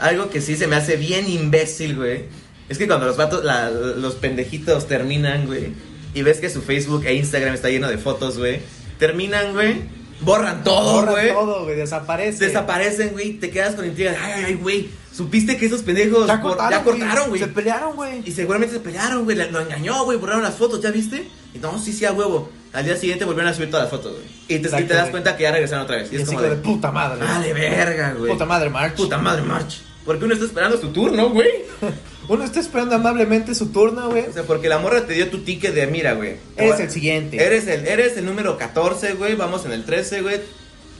Algo que sí se me hace bien imbécil, güey. Es que cuando los vatos, la- los pendejitos terminan, güey. Y ves que su Facebook e Instagram está lleno de fotos, güey. Terminan, güey. Borran todo, Borra güey. todo, güey, desaparece. Desaparecen, güey. Te quedas con intriga. Ay, ay, ay, güey. Supiste que esos pendejos Ya por- cortaron, ya cortaron, güey. Se pelearon, güey. Y seguramente se pelearon, güey. la- Lo engañó, güey. Borraron las fotos, ¿ya viste? Y no, sí, sí, a huevo. Al día siguiente volvieron a subir todas las fotos, güey. Y te, y Exacto, te das güey. cuenta que ya regresaron otra vez. Y, Y es así como como de de. puta madre. Vale, verga, güey. Puta madre, March. Puta madre, March. Porque uno está esperando su turno, güey. Uno está esperando amablemente su turno, güey. O sea, porque la morra te dio tu ticket de mira, güey. Eres el siguiente. Eres el, eres el número 14, güey. Vamos en el 13, güey.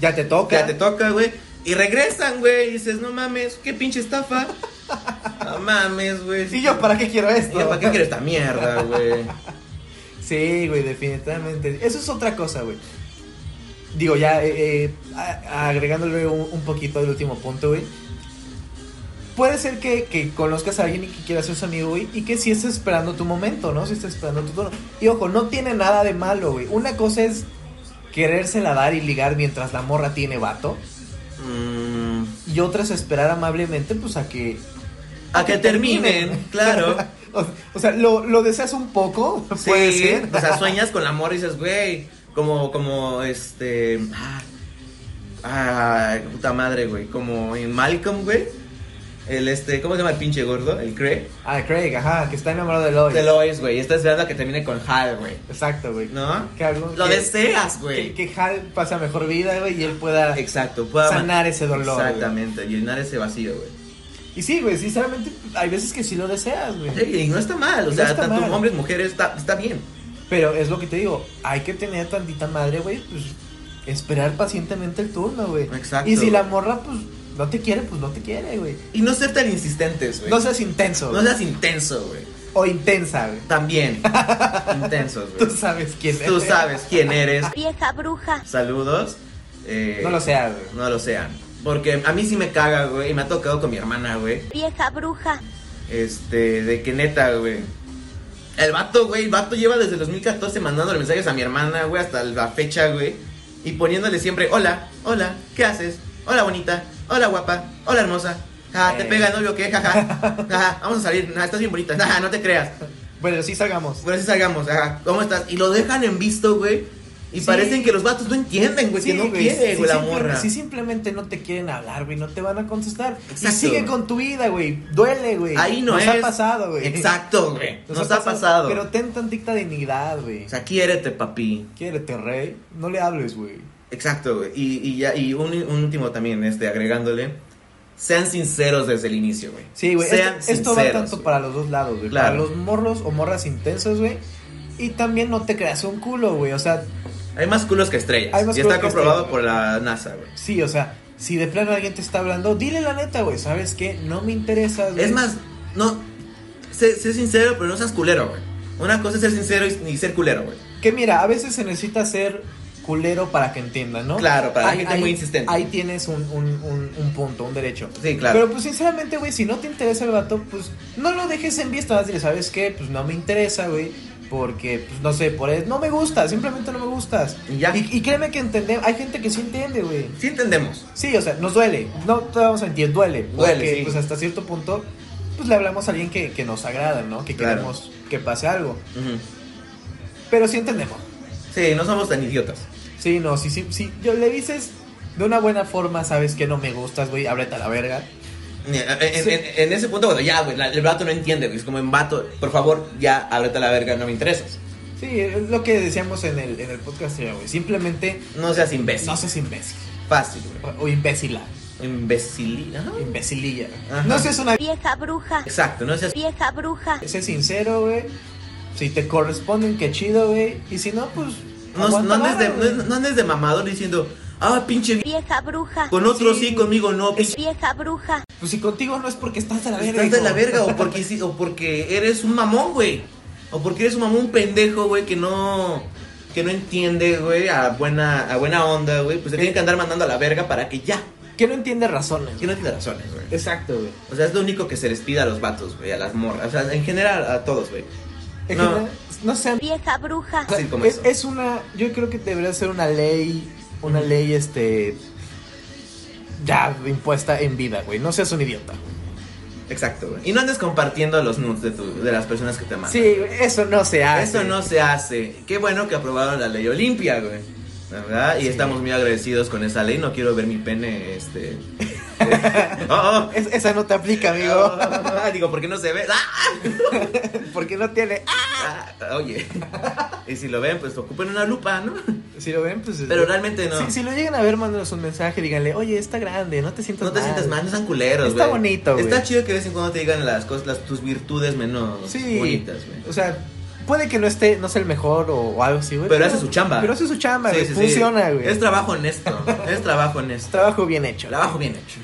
Ya te toca. Ya te toca, güey. Y regresan, güey. Y dices, no mames, qué pinche <laughs> estafa. No mames, güey. ¿Y yo para qué quiero ¿Y esto? yo para qué quieres esta mierda, güey? Sí, güey, definitivamente. Eso es otra cosa, güey. Digo, ya eh, eh, a- agregándole un, un poquito al último punto, güey. Puede ser que, que conozcas a alguien y que quieras ser su amigo, güey, y que sí estés esperando tu momento, ¿no? Si estés esperando tu turno. Y ojo, no tiene nada de malo, güey. Una cosa es querérsela dar y ligar mientras la morra tiene vato. Mm, Y otra es esperar amablemente, pues a que. a que terminen, <laughs> claro. O, o sea, lo, lo deseas un poco, <laughs> puede Sí, ser. O sea, <laughs> sueñas con la morra y dices, güey, como, como, este. Ah, ah, puta madre, güey. Como en Malcolm, güey. El este, ¿cómo se llama el pinche gordo? El Craig. Ah, Craig, ajá, que está enamorado de Lloyd. Te lo oyes, güey. Estás esperando a que termine con Hal, güey. Exacto, güey. ¿No? Que algo- Lo que- deseas, Que, güey. que Hal pase a mejor vida, güey, y él pueda... Exacto, pueda Sanar ese dolor, Exactamente, llenar ese vacío, güey. Y sí, güey, sinceramente, hay veces que sí lo deseas, güey. Sí, y no está mal, o No sea, está tanto mal. hombres, mujeres, está, está bien. Pero es lo que te digo, hay que tener tantita madre, güey, pues... Esperar pacientemente el turno, güey. Exacto, Y si la güey. morra, pues, no te quiere, pues no te quiere, güey. Y no ser tan insistentes, güey. No seas intenso. No güey. seas intenso, güey. O intensa, güey. <laughs> También. Intensos, güey. Tú sabes quién es. Tú sabes quién eres. vieja bruja, Saludos. eh, No lo seas, güey. No lo sean. Porque a mí sí me caga, güey. Y me ha tocado con mi hermana, güey. vieja bruja, Este, de que neta, güey. El vato, güey, el vato lleva desde el 2014 mandándole mensajes a mi hermana, güey, hasta la fecha, güey. Y poniéndole siempre, hola, hola, ¿qué haces? Hola bonita, hola guapa, hola hermosa. Ja, te Eh. pega el novio, ¿qué? Jaja, jaja, vamos a salir, nah, estás bien bonita, nah, no te creas. Bueno, sí salgamos. Por eso salgamos, ajá, ¿cómo estás? Y lo dejan en visto, güey. Y Sí. parecen que los vatos no entienden, güey, Sí, Pues que no güey, quiere, si güey, la simple- morra. Si simplemente no te quieren hablar, güey, no te van a contestar. Exacto. Y sigue con tu vida, güey. Duele, güey. Ahí no Nos es. ha pasado, güey. Exacto, güey. Nos, ha pasado. Pero ten tantita dignidad, güey. O sea, quiérete, papi. Quiérete, rey. No le hables, güey. Exacto, güey. Y, y ya, y un, un último también, este, agregándole. Sean sinceros desde el inicio, güey. Sí, güey. Sean Esto, esto va sinceros, tanto güey. para los dos lados, güey. Claro. Para los morros o morras intensos, güey. Y también no te creas un culo, güey. O sea, Hay más culos que estrellas. Hay más y está culos que comprobado estrellas, por la NASA, güey. sí, o sea, si de plano alguien te está hablando, dile la neta, güey. ¿Sabes qué? No me interesas, güey. Es más, no. Sé, sé sincero, pero no seas culero, güey. Una cosa es ser sincero y, y ser culero, güey. Que mira, a veces se necesita ser culero para que entiendan, ¿no? Claro, para la gente muy insistente. Ahí tienes un, un, un, un punto, un derecho. Sí, claro. Pero pues sinceramente, güey, si no te interesa el vato, pues no lo dejes en vista. Vas a decir, ¿sabes qué? Pues no me interesa, güey. Porque, pues no sé, por eso. No me gustas, simplemente no me gustas. Y ya. Y, y créeme que entendemos. Hay gente que sí entiende, güey. Sí entendemos. Sí, o sea, nos duele. No te vamos a mentir, duele. Duele, porque, sí. pues hasta cierto punto, pues le hablamos a alguien que, que nos agrada, ¿no? Que Claro. queremos que pase algo. Ujú. Pero sí entendemos. Sí, no somos tan idiotas. Sí, no, sí, sí, sí. Yo le dices de una buena forma, sabes que no me gustas, güey, ábrete a la verga. En, eh, en- Sí. en- en ese punto, bueno, ya, güey, la- el vato no entiende, güey. Es como en vato, por favor, ya, ábrete a la verga, no me interesas. Sí, es lo que decíamos en el, en el podcast, ya, güey. Simplemente No seas imbécil. no seas imbécil. Fácil, güey. O, o imbécila. Imbecilidad. Imbecililla. Ajá. No seas una. vieja bruja, Exacto, no seas. vieja bruja, Sé sincero, güey. Si te corresponden, qué chido, güey. Y si no, pues. No, no, aguanta andes de, vara, güey. no, no andes de mamador diciendo, ah, pinche vie- vieja bruja, Con otros sí, Sí. conmigo no. pinche vieja bruja, Pues si contigo no es porque estás de la verga. Estás de hijo. la verga o porque, sí- o porque eres un mamón, güey. O porque eres un mamón pendejo, güey, que no. Que no entiende, güey, a buena, a buena onda, güey. Pues te tienen que andar mandando a la verga para que ya. <laughs> Que no entiende razones. Que no tiene razones, güey. Exacto, güey. O sea, es lo único que se les pide a los vatos, güey, a las morras. O sea, en general a todos, güey. En No. general, no sean vieja bruja, O sea, Así como es, eso. es una, yo creo que debería ser una ley, una ley, este, ya impuesta en vida, güey. No seas un idiota. Exacto, güey. Y no andes compartiendo los nudes de, tu- de las personas que te aman. Ah, Sí, eso no se hace. Eso no se hace. Qué bueno que aprobaron la ley Olimpia, güey. la verdad, y estamos muy agradecidos con esa ley. No quiero ver mi pene, <laughs> este. eh, oh, oh. Es- esa no te aplica, amigo. <laughs> Oh. Ah, <laughs> digo, ¿por qué no se ve? ¡Ah! Porque no tiene. ¡Ah! Ah, Oye. Y si lo ven, pues ocupen una lupa, ¿no? Si lo ven, pues. Pero realmente no. Si, si lo llegan a ver, mándenos un mensaje. Díganle, oye, está grande, no te sientas No te sientas mal, no sean culeros, Está güey. bonito, güey. Está chido que de vez en cuando te digan las cosas, las- tus virtudes menos Sí. bonitas, güey. O sea, puede que no esté, no sea el mejor o, o algo así, güey. Pero hace su chamba. Pero hace su chamba, Sí, güey. sí, sí. Funciona, güey. Es trabajo honesto. Es trabajo honesto. Trabajo bien hecho. Trabajo bien <laughs> hecho.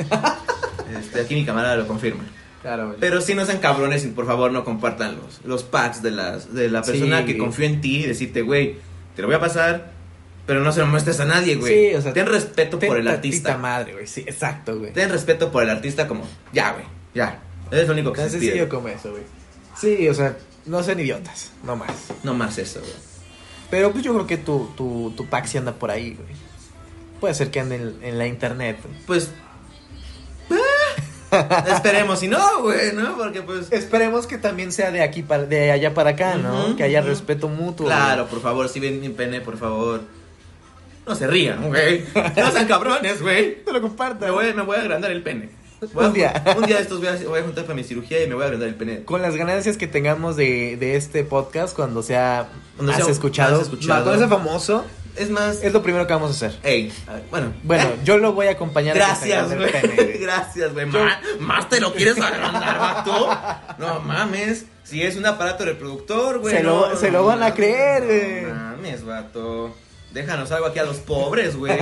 Este, aquí mi cámara lo confirma. Claro, güey. Pero sí no sean cabrones y por favor no compartan los, los packs de, las, de la persona Sí. que confió en ti y decirte, güey, te lo voy a pasar, pero no se lo muestres a nadie, güey. Sí, o sea, ten respeto por el Tantita artista. madre, güey. Sí, exacto, güey. Ten respeto por el artista como, ya, güey, ya. Es lo único que Tan se sencillo pide. como eso, güey. Sí, o sea, no sean idiotas, no más. No más eso, güey. Pero pues yo creo que tu, tu, tu pack sí anda por ahí, güey. Puede ser que ande en, en la internet. Pues... ah, Esperemos, si no, güey, ¿no? Porque pues... Esperemos que también sea de aquí para, de allá para acá, ¿no? Ujú, que haya ujú. respeto mutuo. Claro, por favor, si ven mi pene, por favor. No se rían, güey. No sean cabrones, güey. Te lo comparto, Me voy, me voy a agrandar el pene. Un día. Un día de estos voy a, voy a juntar para mi cirugía y me voy a agrandar el pene. Con las ganancias que tengamos de, de este podcast cuando sea Cuando has sea- escuchado, has escuchado. cuando sea famoso, Es más. es lo primero que vamos a hacer. Ey, a ver, bueno. <laughs> Bueno, yo lo voy a acompañar. a que se Gracias, agrande el <laughs> pene, güey. Gracias, güey. Ma- Más te lo quieres agrandar, vato. No mames. Si es un aparato reproductor, güey. Se lo- no, se lo no van a mames, creer, güey. No mames, vato. Déjanos algo aquí a los pobres, <laughs> güey.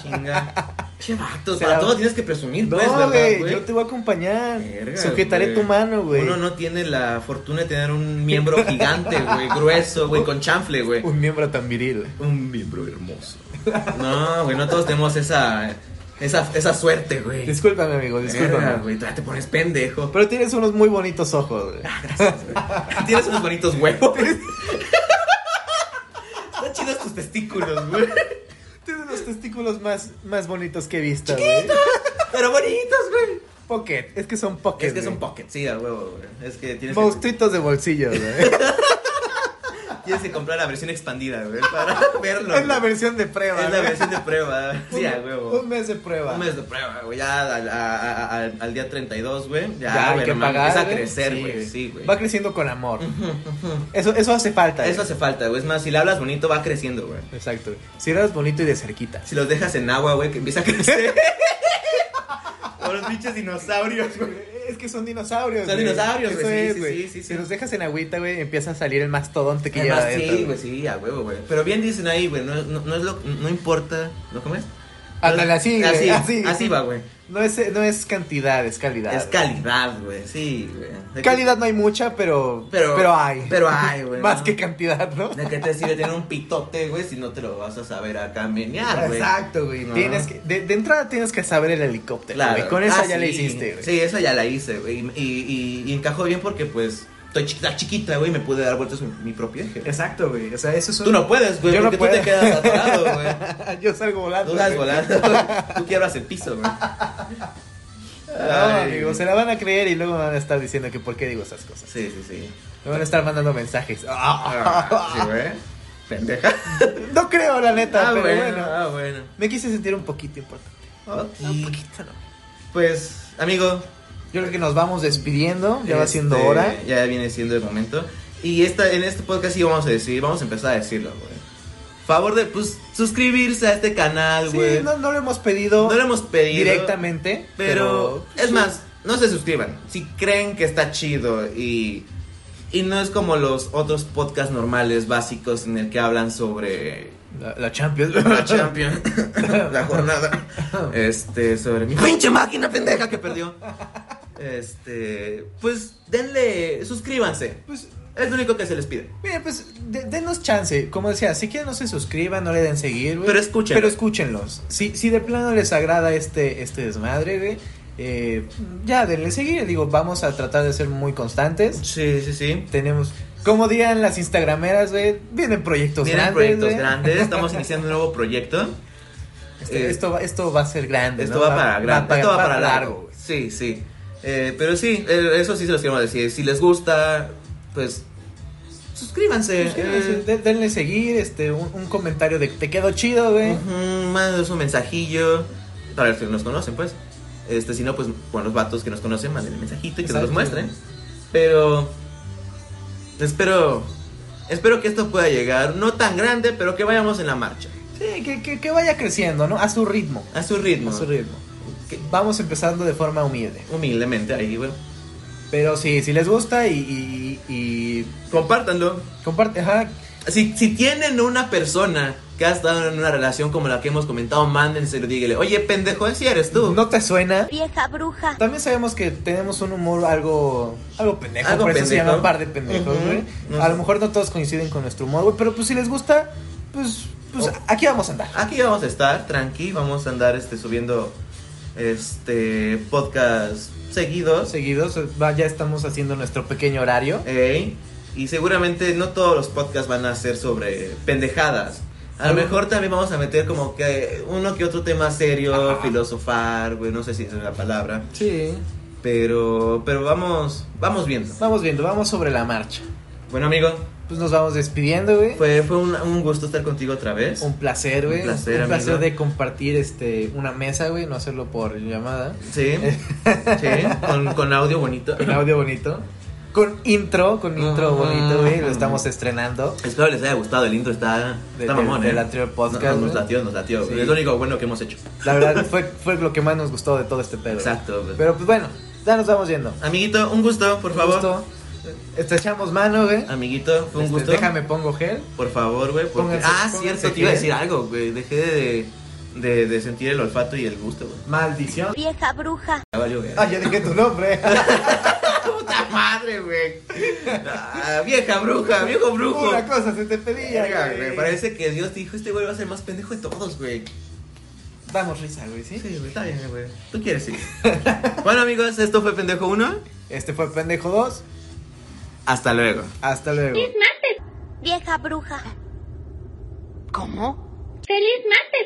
Chinga. Che, vato. Se Para la- todo tienes que presumir, No, pues, ¿verdad, güey, güey? yo te voy a acompañar. Verga, Sujetaré güey. tu mano, güey. Uno no tiene la fortuna de tener un miembro gigante, güey, grueso, güey, con chanfle, güey. Un miembro tan viril, güey. Un miembro hermoso. No, güey, no todos tenemos esa esa, esa suerte, güey. Discúlpame, amigo, Verga, discúlpame. güey, todavía te pones pendejo. Pero tienes unos muy bonitos ojos, güey. Ah. Tienes unos bonitos <laughs> huevos. Están chidos tus testículos, güey. Tienes los testículos más, más bonitos que he visto, güey. Pero bonitos, güey. Pocket, es que son pocket. Es que son güey. pockets, sí, a huevo, güey. Es que tienes que, Monstruitos <laughs> de bolsillo, güey. tienes que comprar la versión expandida, güey, para verlo. <laughs> es la güey. versión de prueba. Es la güey. versión de prueba. Sí, a Un- huevo. Un mes de prueba. Un mes de prueba, güey. Ya al, a- a- al- al día 32, güey. Ya, Ya, hay güey, que no mames, pagar. Ah, Empieza a güey. crecer, Sí, güey. Sí, güey. Va creciendo <laughs> con amor. Eso, eso hace falta. Eso güey. hace falta, güey. Es más, si le hablas bonito, va creciendo, güey. Exacto. güey. Si eras bonito y de cerquita. Si los dejas en agua, güey, que empieza a <laughs> crecer. Como los pinches dinosaurios, güey. Es que son dinosaurios. Son güey. dinosaurios, Eso güey, sí, es, sí, güey. sí, sí, sí. Si los dejas en agüita, güey, empieza a salir el mastodonte que lleva Además, adentro. sí, güey. güey, sí, a huevo, güey. Pero bien dicen ahí, güey, no, no, no es lo, no importa, ¿no comes? Ándale, así, güey, así, así. así va, güey. No es, no es cantidad, es calidad. Es güey. calidad, güey, sí, güey. De que- Calidad no hay mucha, pero Pero- pero, hay. pero hay, <laughs> güey, Más ¿no? que cantidad, ¿no? ¿De qué te sirve tener un pitote, güey, si no te lo vas a saber acá menear, güey? Exacto, güey. No. Tienes que, de, de entrada tienes que saber el helicóptero, Claro. güey. Con eso Ah, ya le sí. hiciste, güey. Sí, esa ya la hice, güey. Y, y, y- y encajó bien porque, pues, estoy chiquita, chiquita, güey, y me pude dar vueltas en mi propio eje. güey. Exacto, güey. O sea, eso es un- Tú no puedes, güey, Yo no porque tú te puedo. quedas atorado, güey. <laughs> Yo salgo volando. Tú vas güey. volando, güey. tú quiebras el piso, güey. No, amigo, se la van a creer y luego me van a estar diciendo que por qué digo esas cosas. Sí, sí, sí. Me van a estar mandando mensajes. Ah, sí, güey. Pendeja. <laughs> No creo, la neta, Ah, pero bueno, bueno. ah, bueno. Me quise sentir un poquito importante. Ok. Un poquito, no. Pues, amigo, Yo creo que nos vamos despidiendo. Ya va Este, siendo hora. Ya viene siendo el momento. Y esta, en este podcast sí vamos a decir, vamos a empezar a decirlo, güey. Favor de, pues, suscribirse a este canal, güey. Sí, no, no lo hemos pedido. No lo hemos pedido. directamente, Pero, es más, no se suscriban. Si creen que está chido y, y no es como los otros podcasts normales, básicos, en el que hablan sobre la, la Champions. la Champions, <laughs> la jornada, este, sobre mi pinche máquina pendeja que perdió. Este, pues denle, suscríbanse. <laughs> Pues, Es lo único que se les pide. mira, pues de- denos chance. Como decía, si quieren no se suscriban, no le den seguir, güey. Pero escúchenlo. Pero escúchenlos. Si, si de plano les agrada este, este desmadre, güey. eh, ya, denle seguir. Digo, vamos a tratar de ser muy constantes. Sí, sí, sí. Tenemos, como dirían las Instagrameras, güey, vienen proyectos Vienen grandes. proyectos güey. grandes. Estamos iniciando un nuevo proyecto. Este, Eh, esto, va- esto va a ser grande. esto ¿no? va, para grande. esto va para, largo. güey. Sí, sí. Eh, pero sí, eh, eso sí se los queremos decir. Si les gusta, pues suscríbanse. Eh, eh, de- denle seguir, este, un, un comentario de te quedó chido, güey. ujú, mándenos un mensajillo. Para los que nos conocen, pues. Este, si no, pues con los vatos que nos conocen, manden el mensajito y que nos los Exacto. muestren. Pero. Espero. Espero que esto pueda llegar. No tan grande, pero que vayamos en la marcha. Sí, que, que- que vaya creciendo, ¿no? A su ritmo. A su ritmo. A su ritmo. Que vamos empezando de forma humilde. Humildemente, ahí, güey. Pero sí, si les gusta y, y, y Compártanlo. comparte, ajá, Si, si tienen una persona que ha estado en una relación como la que hemos comentado, mándenselo, dígale, oye, pendejo, si eres tú. no te suena. vieja bruja, También sabemos que tenemos un humor algo algo pendejo, Algo por eso se pendejo. llama par de pendejos, Ujú. güey. No A sé. lo mejor no todos coinciden con nuestro humor, güey, pero pues si les gusta, pues pues Oh. aquí vamos a andar. Aquí vamos a estar, tranqui, vamos a andar este, subiendo este podcast seguidos. Seguidos, eh, va, ya estamos haciendo nuestro pequeño horario. Ey, y seguramente no todos los podcasts van a ser sobre pendejadas. A lo Algo- mejor también vamos a meter como que uno que otro tema serio, Ajá. filosofar, güey, no sé si esa es la palabra. Sí. Pero, pero vamos, vamos viendo. Vamos viendo, vamos sobre la marcha. Bueno, amigo, Pues nos vamos despidiendo, güey. Fue, fue un, un gusto estar contigo otra vez. Un placer, güey. Pues, Un placer, Un placer amigo. de compartir este una mesa, güey, no hacerlo por llamada. Sí, sí, con, con audio <laughs> bonito. Con audio bonito. Con intro, con intro Ajá. bonito, güey. Lo estamos estrenando. Espero les haya gustado el intro, está, De- está de- mamón, del eh. anterior podcast, No, nos güey. latió, nos latió. Sí. Es lo único bueno que hemos hecho. La verdad, <laughs> fue, fue lo que más nos gustó de todo este pedo. Exacto. güey. Pero pues bueno, ya nos vamos yendo. Amiguito, un gusto, por Un favor. gusto. Estrechamos mano, güey. Amiguito, fue un Este, gusto. Déjame pongo gel. Por favor, güey. porque- Pónganse- Ah, pónganse cierto, te iba a bien. decir algo, güey. Dejé de, de, de sentir el olfato y el gusto, güey. Maldición. vieja bruja, Ya valió, güey. Ah, ya dejé tu nombre. <laughs> puta madre, güey! Ah, vieja bruja, viejo brujo. Una cosa se te pedía. Verga, güey, güey. Parece que Dios dijo, este güey va a ser más pendejo de todos, güey. Damos risa, güey, ¿sí? güey, está bien, güey. Tú quieres, <laughs> sí. bueno, amigos, esto fue Pendejo 1. Este fue Pendejo 2. Hasta luego. Hasta luego. vieja bruja, ¿Cómo?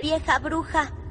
vieja bruja.